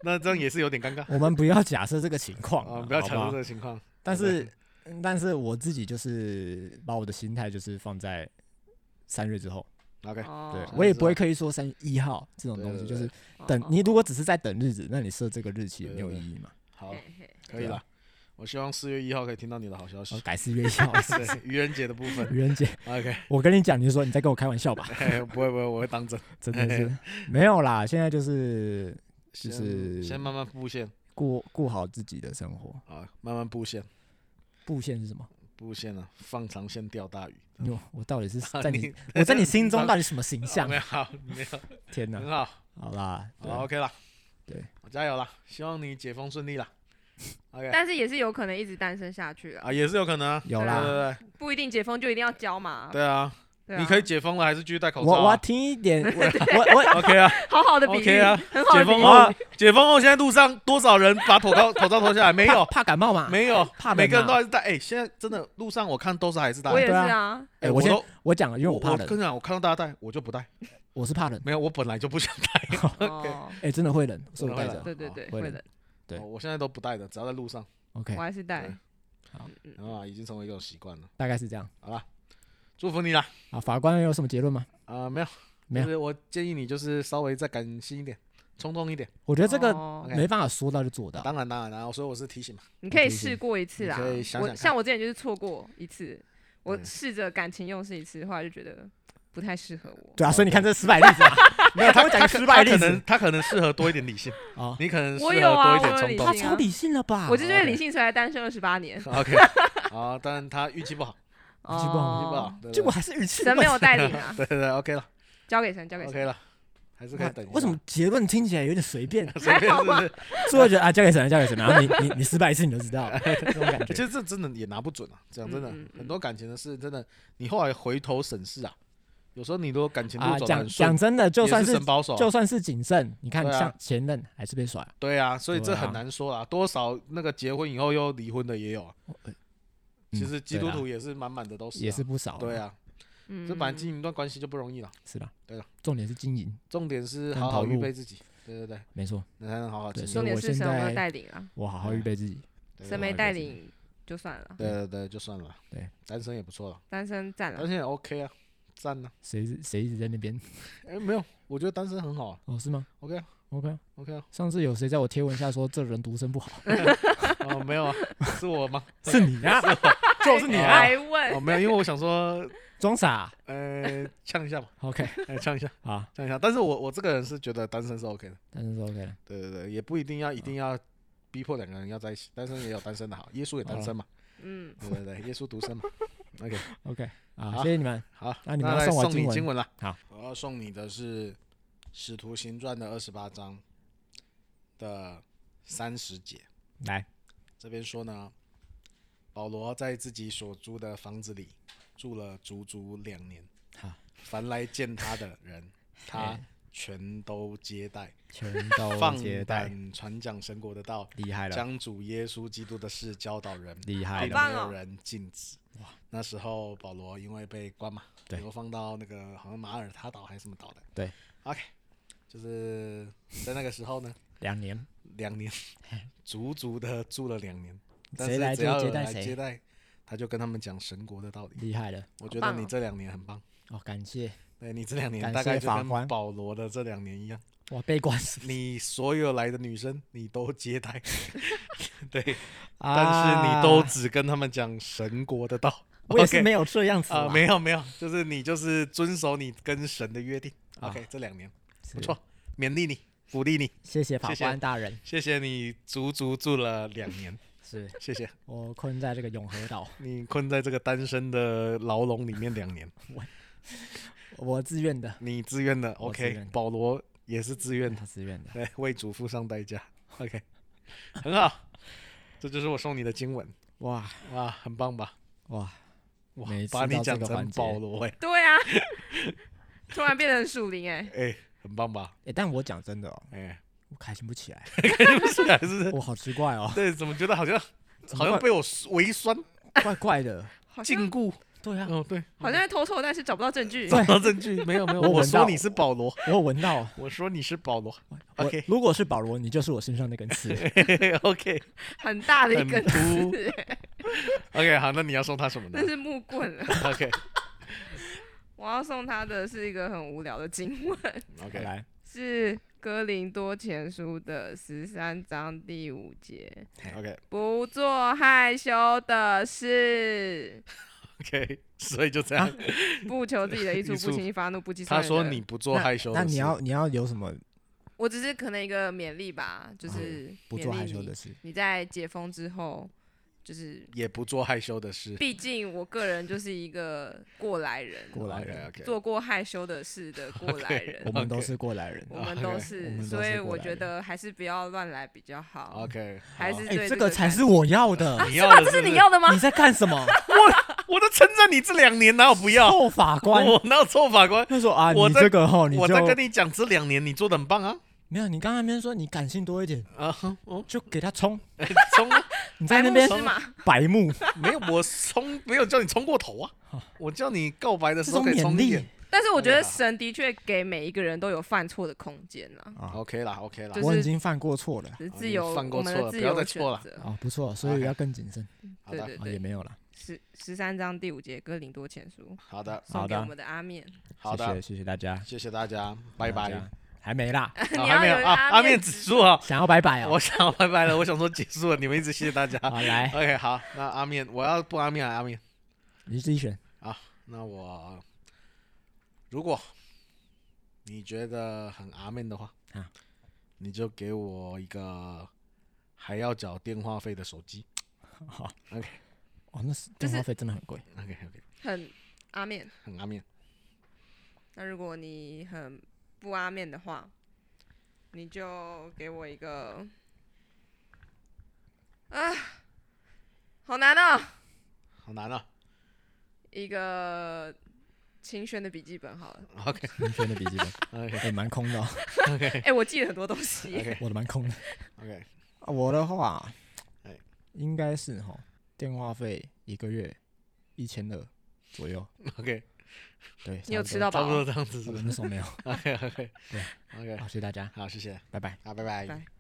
Speaker 1: 那这样也是有点尴尬
Speaker 3: 我们不要假设这个情况
Speaker 1: 啊！
Speaker 3: 嘛
Speaker 1: 不要
Speaker 3: 好
Speaker 1: 强调
Speaker 3: 好
Speaker 1: 这个情况。
Speaker 3: 但
Speaker 1: 对
Speaker 3: 是，但是我自己就是把我的心态就是放在三月之后，
Speaker 1: OK，
Speaker 3: 对
Speaker 2: 哦
Speaker 3: 我也不会刻意说三月一号这种
Speaker 1: 对
Speaker 3: 东西，
Speaker 1: 对
Speaker 3: 就是
Speaker 2: 哦
Speaker 3: 等
Speaker 2: 哦
Speaker 3: 你如果只是在等日子，那你设这个日期也
Speaker 1: 对
Speaker 3: 没有
Speaker 1: 对
Speaker 3: 意义嘛。
Speaker 1: 好
Speaker 2: 嘿，嘿
Speaker 1: 可
Speaker 3: 对
Speaker 1: 以
Speaker 3: 啊
Speaker 1: 了。我希望四月一号可以听到你的好消
Speaker 3: 哦
Speaker 1: 息。
Speaker 3: 改四月一号，
Speaker 1: 对，愚人节的部分
Speaker 3: 愚人节，
Speaker 1: ，OK，
Speaker 3: 我跟你讲，你就说你在跟我开玩笑 吧，
Speaker 1: 嘿不会不会，我会当真。
Speaker 3: 真的是没有啦。现在就是就
Speaker 1: 先
Speaker 3: 是
Speaker 1: 先慢慢布线
Speaker 3: 顾顾好自己的生活。
Speaker 1: 啊，慢慢布线，
Speaker 3: 布线是什么？
Speaker 1: 布线啊，放长线钓大鱼。
Speaker 3: 哟，我到底是在
Speaker 1: 嗯啊你
Speaker 3: 你我在你心中到底什么形
Speaker 1: 好
Speaker 3: 象
Speaker 1: 没？有好没有，
Speaker 3: 天
Speaker 1: 很
Speaker 3: 哪！
Speaker 1: 好，
Speaker 3: 好啦，对
Speaker 1: 好 OK 啦，
Speaker 3: 对，
Speaker 1: 加油啦，希望你解封顺 利啦。OK
Speaker 2: 但是也是有可能一直单身下去啊，
Speaker 1: 啊，也是有可能啊，
Speaker 3: 有
Speaker 1: 对
Speaker 3: 啦。
Speaker 1: 对
Speaker 2: 不一定解封就一定要交嘛
Speaker 1: 对，。对啊，
Speaker 2: 对啊
Speaker 1: 你可以解封了，还是继续戴口罩
Speaker 3: 我我要
Speaker 1: 啊
Speaker 3: 听一点，我我我
Speaker 1: ？OK 啊，
Speaker 2: 好好的比
Speaker 1: OK
Speaker 2: 喻，
Speaker 1: 啊
Speaker 2: 很好的
Speaker 1: 解
Speaker 2: 比
Speaker 1: 封
Speaker 2: 喻。
Speaker 1: 后，解封后，现在路上多少人把口罩口罩脱下来？ 没
Speaker 3: 怕
Speaker 1: 有，
Speaker 3: 怕感冒嘛？
Speaker 1: 没有，
Speaker 3: 怕冷
Speaker 1: 每个人
Speaker 3: 啊
Speaker 1: 都还是戴。哎、现在真的路上我看都是还是戴。
Speaker 2: 我也是
Speaker 3: 对啊
Speaker 2: 啊，
Speaker 1: 哎、
Speaker 3: 哎，我
Speaker 1: 我
Speaker 3: 先
Speaker 1: 都
Speaker 3: 我讲了，因为我怕
Speaker 1: 我跟
Speaker 3: 冷，
Speaker 1: 你讲，我看到大家戴，我就不戴。
Speaker 3: 我是怕冷。
Speaker 1: 没有，我本来就不想戴。
Speaker 2: 哦，
Speaker 3: 哎，真的会冷，所以我
Speaker 1: 真
Speaker 3: 戴
Speaker 1: 的会
Speaker 3: 着。
Speaker 1: 冷
Speaker 2: 对
Speaker 3: 好
Speaker 2: 对对，
Speaker 3: 会
Speaker 2: 会
Speaker 3: 冷
Speaker 2: 的。，
Speaker 3: 对
Speaker 1: 哦我现在都不戴的，只要在路上，
Speaker 3: OK，
Speaker 2: 我还是带
Speaker 1: 对。
Speaker 3: 好
Speaker 2: 嗯，嗯
Speaker 1: 然后啊，已经成为一种习惯了。
Speaker 3: 大概是这样。
Speaker 1: 好啦，祝福你啦。
Speaker 3: 啊，法官有什么结论吗？
Speaker 1: 啊、没有，
Speaker 3: 没有
Speaker 1: 就是我建议你就是稍微再感性一点，冲动一点。
Speaker 3: 我觉得这个
Speaker 2: 哦
Speaker 1: OK
Speaker 3: 没办法说到就做到。
Speaker 1: 当然，当然，然后所以我是提 醒嘛。
Speaker 2: 你可以试过一次啊
Speaker 1: 你可以想。想
Speaker 2: 我
Speaker 1: 看
Speaker 2: 像我之前就是错过一次，我
Speaker 1: 嗯
Speaker 2: 试着感情用事一次，后来就觉得不太适合我。
Speaker 3: 对啊，所以你看这失败例子 啊，
Speaker 1: 没有，他
Speaker 3: 我讲
Speaker 1: 他
Speaker 3: 失
Speaker 1: 可
Speaker 3: 败
Speaker 1: 他
Speaker 3: 例
Speaker 1: 可
Speaker 3: 子
Speaker 1: 能他可能适合多一点理性，
Speaker 3: 哦，
Speaker 1: 你可能适
Speaker 2: 我
Speaker 1: 合
Speaker 2: 有啊
Speaker 1: 多一点
Speaker 2: 我有
Speaker 1: 冲
Speaker 2: 理
Speaker 1: 动
Speaker 2: 性。
Speaker 3: 他超理性了吧？
Speaker 2: 我就觉得
Speaker 1: 好啊，OK
Speaker 2: 理性出来单身二十八年，
Speaker 1: OK，好，但他运气不好，运
Speaker 3: 运气不好
Speaker 1: 气不好
Speaker 2: 哦，，
Speaker 1: 对对
Speaker 3: 结果还是语气
Speaker 2: 神没有带领 啊，
Speaker 1: 对对对，OK 了
Speaker 2: 交给神，交给神。
Speaker 1: ，OK 了，还是可以等一下。
Speaker 3: 为什么结论听起来有点随便？
Speaker 1: 随便是不是？
Speaker 3: 最后觉得啊，交给神了，交给神了，然后你你你失败一次你就知道 了，这种感
Speaker 1: 其
Speaker 3: 觉。
Speaker 1: 实这真的也拿不准啊，讲真的
Speaker 2: 嗯嗯，嗯
Speaker 1: 很多感情的事，真的你后来回头审视啊，有时候你如果感情
Speaker 3: 啊
Speaker 1: 路，走得
Speaker 3: 讲
Speaker 1: 很顺，
Speaker 3: 讲真的，就
Speaker 1: 也
Speaker 3: 算
Speaker 1: 是
Speaker 3: 是
Speaker 1: 神保守啊，
Speaker 3: 就算是谨慎，你看
Speaker 1: 对啊
Speaker 3: 像前任还是被甩啊，
Speaker 1: 对啊，所以这
Speaker 3: 对啊
Speaker 1: 很难说啦。多少那个结婚以后又离婚的也有啊，
Speaker 3: 嗯
Speaker 1: 其实基督
Speaker 3: 对
Speaker 1: 徒
Speaker 3: 啦
Speaker 1: 也是满满的都是、啊，
Speaker 3: 也是不少，
Speaker 1: 对，啊，
Speaker 2: 嗯，
Speaker 1: 这本来经营一段关系就不容易了，
Speaker 3: 是啦，
Speaker 1: 对啦，
Speaker 3: 重点是经营，
Speaker 1: 重点是
Speaker 3: 跟
Speaker 1: 好好
Speaker 3: 投入
Speaker 1: 预备自己，对对对，
Speaker 3: 没错，
Speaker 1: 那才能好好经
Speaker 3: 对
Speaker 1: 营
Speaker 3: 所
Speaker 2: 重
Speaker 3: 以。
Speaker 2: 点
Speaker 3: 我
Speaker 2: 是
Speaker 3: 现
Speaker 2: 神有没有
Speaker 3: 在
Speaker 2: 带领啊？
Speaker 3: 我好好预备自
Speaker 1: 哎
Speaker 3: 己，
Speaker 1: 对
Speaker 2: 神
Speaker 1: 对
Speaker 2: 没
Speaker 3: 我
Speaker 2: 带
Speaker 3: 还在这
Speaker 2: 领就算了，
Speaker 1: 对对对，就算了，
Speaker 3: 对，
Speaker 1: 单身也不错了，
Speaker 2: 单身占
Speaker 1: 单
Speaker 2: 了。
Speaker 1: 身也 OK 啊，赞呢、
Speaker 3: 谁是谁一直在那边？
Speaker 1: 啊，哎，没有，我觉得单身很好啊
Speaker 3: 哦，是吗
Speaker 1: ，OK 啊
Speaker 3: ？OK，啊
Speaker 1: ，OK 啊，
Speaker 3: 上次有谁在我贴文下说这人独身不好？
Speaker 1: 哦，没有啊， 是我吗？
Speaker 3: 是你啊，就是你啊，
Speaker 2: 还问
Speaker 1: 哦，没有，因为我想说，
Speaker 3: 装傻。啊
Speaker 1: 呃，呛一下嘛，
Speaker 3: OK，
Speaker 1: 哎，呛一下，
Speaker 3: 好，
Speaker 1: 呛一下，但是我我这个人是觉得单身是 OK 的。
Speaker 3: 但是是 OK 了，
Speaker 1: 对对对，也不一定要
Speaker 3: 嗯
Speaker 1: 一定要逼迫两个人要在一起，单身也有单身 的好，耶稣也单身嘛，
Speaker 2: 嗯，
Speaker 3: 哦
Speaker 1: 对对对，耶稣独身嘛。OK，
Speaker 3: OK，啊，
Speaker 1: 好
Speaker 3: 谢谢你们，
Speaker 1: 好，
Speaker 3: 那你们要
Speaker 1: 来
Speaker 3: 送我
Speaker 1: 送
Speaker 3: 经
Speaker 1: 你
Speaker 3: 文
Speaker 1: 经文了。
Speaker 3: 好，
Speaker 1: 我要送你的是《使徒行传》的二十八章的三十节。
Speaker 3: 来，
Speaker 1: 这边说呢，保罗在自己所租的房子里住了足足两年
Speaker 3: 好，
Speaker 1: 凡来见他的 人，他
Speaker 3: 哎
Speaker 1: 全都接待，
Speaker 3: 全都
Speaker 1: 放
Speaker 3: 接待，
Speaker 1: 胆传讲神国的道，
Speaker 3: 厉害了，
Speaker 1: 将主耶稣基督的事教导人，
Speaker 3: 厉害
Speaker 1: 并
Speaker 3: 了，
Speaker 2: 棒
Speaker 1: 没有
Speaker 2: 哦
Speaker 1: 人禁止。哇，那时候保罗因为被关嘛，
Speaker 3: 对
Speaker 1: 流放到那个好像马耳他岛还是什么岛的。
Speaker 3: 对
Speaker 1: ，OK，就是在那个时候呢，
Speaker 3: 两年，
Speaker 1: 两年，足足的住了两年。但
Speaker 3: 谁
Speaker 1: 是
Speaker 3: 来
Speaker 1: 只
Speaker 3: 就
Speaker 1: 要
Speaker 3: 接
Speaker 1: 有人
Speaker 3: 待
Speaker 1: 来接
Speaker 3: 谁，
Speaker 1: 待，他就跟他们讲神国的道理。
Speaker 3: 厉害了，
Speaker 1: 我觉得
Speaker 2: 棒
Speaker 1: 你
Speaker 2: 哦
Speaker 1: 这两年很棒，
Speaker 3: 哦，感谢，
Speaker 1: 对你这两年
Speaker 3: 感
Speaker 1: 大概
Speaker 3: 谢
Speaker 1: 就
Speaker 3: 法
Speaker 1: 跟
Speaker 3: 官
Speaker 1: 保罗的这两年一样，
Speaker 3: 我被关死，
Speaker 1: 你所有来的女生你都接待， 对，但是
Speaker 3: 啊
Speaker 1: 你都，只跟他们讲神国的道。
Speaker 3: 我也是
Speaker 1: OK
Speaker 3: 没有这样子
Speaker 1: 啊、
Speaker 3: 啦
Speaker 1: 没，有没有，就是你就是遵守你跟神的约定。
Speaker 3: 啊
Speaker 1: OK，这两年
Speaker 3: 是
Speaker 1: 不，错，勉励你，鼓励你，
Speaker 3: 谢谢法
Speaker 1: 谢谢
Speaker 3: 官大人，
Speaker 1: 谢谢你足足住了两年，
Speaker 3: 是
Speaker 1: 谢谢
Speaker 3: 我困在这个永和岛，
Speaker 1: 你困在这个单身的牢笼里面两年，
Speaker 3: 我自愿的，
Speaker 1: 你自愿的
Speaker 3: 我自愿
Speaker 1: ，OK，
Speaker 3: 的
Speaker 1: 保罗也是自愿的，
Speaker 3: 自愿的，
Speaker 1: 来为主付上代价，OK，很好，这就是我送你的经文，
Speaker 3: 哇
Speaker 1: 哇，很棒吧？
Speaker 3: 哇，
Speaker 1: 哇
Speaker 3: 每，次
Speaker 1: 把你
Speaker 3: 到这
Speaker 1: 讲
Speaker 3: 个
Speaker 1: 成
Speaker 3: 环
Speaker 1: 保
Speaker 3: 节
Speaker 1: 罗、欸，
Speaker 2: 对啊，突然变成属灵哎，
Speaker 1: 哎、很棒吧？
Speaker 3: 哎，但我讲真的哦，
Speaker 1: 哎、
Speaker 3: 我开心不 起来，
Speaker 1: 不是啊，是
Speaker 3: 我好奇怪 哦，
Speaker 1: 对，怎么觉得好像
Speaker 3: 怎么
Speaker 1: 好像
Speaker 3: 办
Speaker 1: 被我微酸
Speaker 3: 怪怪的，
Speaker 2: 好像
Speaker 1: 禁锢？
Speaker 3: 对啊，
Speaker 1: 哦，对，
Speaker 2: 好像在偷臭，但是找不到证
Speaker 3: 对
Speaker 2: 据。
Speaker 1: 找到证据没有没有？
Speaker 3: 我
Speaker 1: 哦我
Speaker 3: 闻
Speaker 1: 说
Speaker 3: 到
Speaker 1: 你是保罗，
Speaker 3: 我有闻 到，
Speaker 1: 我说你是保罗
Speaker 3: 我
Speaker 1: OK
Speaker 3: 如果是保罗，你就是我身上那根刺，
Speaker 1: ，OK
Speaker 2: 很大的一
Speaker 1: 很
Speaker 2: 根
Speaker 1: 突
Speaker 2: 刺欸，
Speaker 1: OK，好，那你要送他什么呢
Speaker 2: 那是木棍了。
Speaker 1: ？OK
Speaker 2: 我要送他的是一个很无聊的经文，
Speaker 1: OK，
Speaker 3: 来，
Speaker 2: 是哥林多前书的十三章第五节：
Speaker 1: OK
Speaker 2: 不做害羞的事，
Speaker 1: OK，所以就这样。
Speaker 2: 不求自己的益处，
Speaker 1: 益处
Speaker 2: 不轻易发怒，不计算
Speaker 1: 他
Speaker 2: 人的
Speaker 1: 说你不做
Speaker 3: 那
Speaker 1: 害羞的
Speaker 3: 那
Speaker 1: 事，
Speaker 3: 你要你要有什么
Speaker 2: 我只是可能一个勉励吧，就是
Speaker 3: 啊不
Speaker 2: 勉
Speaker 3: 做
Speaker 2: 励
Speaker 3: 害羞
Speaker 2: 你
Speaker 3: 的事？
Speaker 2: 你在解封之后，就是
Speaker 1: 也不做害羞的事。
Speaker 2: 毕竟我个人就是一个过来人，
Speaker 3: 过来
Speaker 1: OK
Speaker 3: 人，
Speaker 1: OK，
Speaker 2: 做过害羞的事的过来人。
Speaker 3: 我们都是过来人。
Speaker 2: 我们都
Speaker 1: OK，
Speaker 2: 是
Speaker 3: 我们都是
Speaker 2: 所以我
Speaker 3: 过来
Speaker 2: 觉
Speaker 3: 人哦
Speaker 2: 得还是不要乱来比较好。
Speaker 1: OK，
Speaker 2: 还
Speaker 1: 好
Speaker 2: 是
Speaker 3: 哎，
Speaker 2: 对
Speaker 3: 这
Speaker 2: 这
Speaker 3: 个
Speaker 2: 个
Speaker 3: 才
Speaker 2: 感
Speaker 3: 是啊我要 的。
Speaker 1: 你要的
Speaker 2: 这是
Speaker 1: 不
Speaker 2: 你要的吗
Speaker 3: 你？在干什么？
Speaker 1: 我都称赞你这两年，哪有 不要？
Speaker 3: 臭法官
Speaker 1: 我哪有错法官？
Speaker 3: 他说啊，
Speaker 1: 我
Speaker 3: 你
Speaker 1: 在
Speaker 3: 这个吼，你
Speaker 1: 我
Speaker 3: 就
Speaker 1: 在跟你讲，这两年你做的很棒啊
Speaker 3: 没有。你刚才那边说你感性多一点，
Speaker 1: 啊！哼哦，
Speaker 3: 就给他冲。
Speaker 1: 哎冲啊
Speaker 3: 你在
Speaker 2: 白
Speaker 3: 那
Speaker 2: 目
Speaker 3: 边
Speaker 2: 是吗？
Speaker 3: 白目，
Speaker 1: 没有我冲，没有叫你冲过头啊！ 我叫你告白的
Speaker 3: 这
Speaker 1: 时候
Speaker 3: 种
Speaker 1: 可以
Speaker 3: 勉
Speaker 1: 冲一点
Speaker 3: 励。
Speaker 2: 但是我觉
Speaker 1: 哎
Speaker 2: 得
Speaker 1: 呀
Speaker 2: 神的确给每一个人都有犯错的空间啦，
Speaker 3: 啊，
Speaker 1: OK 啦，OK 啦
Speaker 2: 就，是
Speaker 3: 我已经犯过错了
Speaker 2: 只是
Speaker 1: 啊
Speaker 2: 自
Speaker 1: 你
Speaker 2: 由
Speaker 1: 犯过
Speaker 2: 我们
Speaker 1: 错
Speaker 2: 的
Speaker 1: 了
Speaker 2: 自
Speaker 1: 不要
Speaker 2: 由
Speaker 1: 再
Speaker 2: 选
Speaker 1: 错了
Speaker 2: 择。
Speaker 3: 啊，不错，所以
Speaker 1: OK
Speaker 3: 要更谨慎
Speaker 1: 好
Speaker 2: 对
Speaker 1: 的，
Speaker 2: 对
Speaker 3: 啊，也
Speaker 2: 对，
Speaker 3: 没有了。
Speaker 2: 十十三章第五节哥林多前书
Speaker 1: 好的，
Speaker 2: 送
Speaker 3: 好
Speaker 2: 给
Speaker 3: 的
Speaker 2: 我们的阿面。
Speaker 1: 好
Speaker 3: 谢谢
Speaker 1: 的，
Speaker 3: 谢谢大家，
Speaker 1: 谢谢大家，
Speaker 3: 大
Speaker 1: 拜拜。
Speaker 3: 家，还没啦，
Speaker 1: 啊
Speaker 2: 你
Speaker 1: 还
Speaker 2: 要
Speaker 1: 没有
Speaker 2: 有一个
Speaker 1: 啊，阿面
Speaker 2: 面
Speaker 1: 指
Speaker 2: 指
Speaker 1: 数啊，
Speaker 3: 想要拜拜
Speaker 1: 我
Speaker 3: 哦。
Speaker 1: 想要拜拜了，我想说结束了，你们一直谢谢大家。
Speaker 3: 好，来，
Speaker 1: OK，好，那阿面，我要不阿面还是阿面，
Speaker 3: 你自己选。
Speaker 1: 那我如果你觉得很阿面的话
Speaker 3: 啊，
Speaker 1: 你就给我一个还要缴电话费的手机。
Speaker 3: 好
Speaker 1: OK
Speaker 3: 哦，那是
Speaker 2: 就
Speaker 3: 电
Speaker 2: 是
Speaker 3: 话费真的很贵。
Speaker 1: OK OK，
Speaker 2: 很阿面。
Speaker 1: 很阿面，
Speaker 2: 那如果你很不阿面的话，你就给我一个啊，好难哦，
Speaker 1: 好难啊。
Speaker 2: 一个秦轩的笔记本好了。
Speaker 1: OK
Speaker 3: 明轩的笔记本
Speaker 1: OK
Speaker 3: 也蛮、空的哦、
Speaker 2: 哎、我记了很多东西。
Speaker 1: OK
Speaker 3: 我的蛮空的。
Speaker 1: OK，
Speaker 3: 啊我的话
Speaker 1: 哎，
Speaker 3: 应该是哈，电话费一个月一千二左右。
Speaker 1: OK，
Speaker 3: 对，
Speaker 2: 你有
Speaker 3: 差不
Speaker 2: 吃
Speaker 3: 多
Speaker 2: 到
Speaker 1: 差
Speaker 2: 饱
Speaker 1: 不
Speaker 2: 哦？
Speaker 1: 多这样子是
Speaker 3: 我
Speaker 1: 不是
Speaker 3: 那时候没有。
Speaker 1: ？OK OK
Speaker 3: 对
Speaker 1: OK，
Speaker 3: 好，谢谢大家，
Speaker 1: 好，谢谢，
Speaker 3: 拜拜。
Speaker 1: 好，拜拜。
Speaker 2: 拜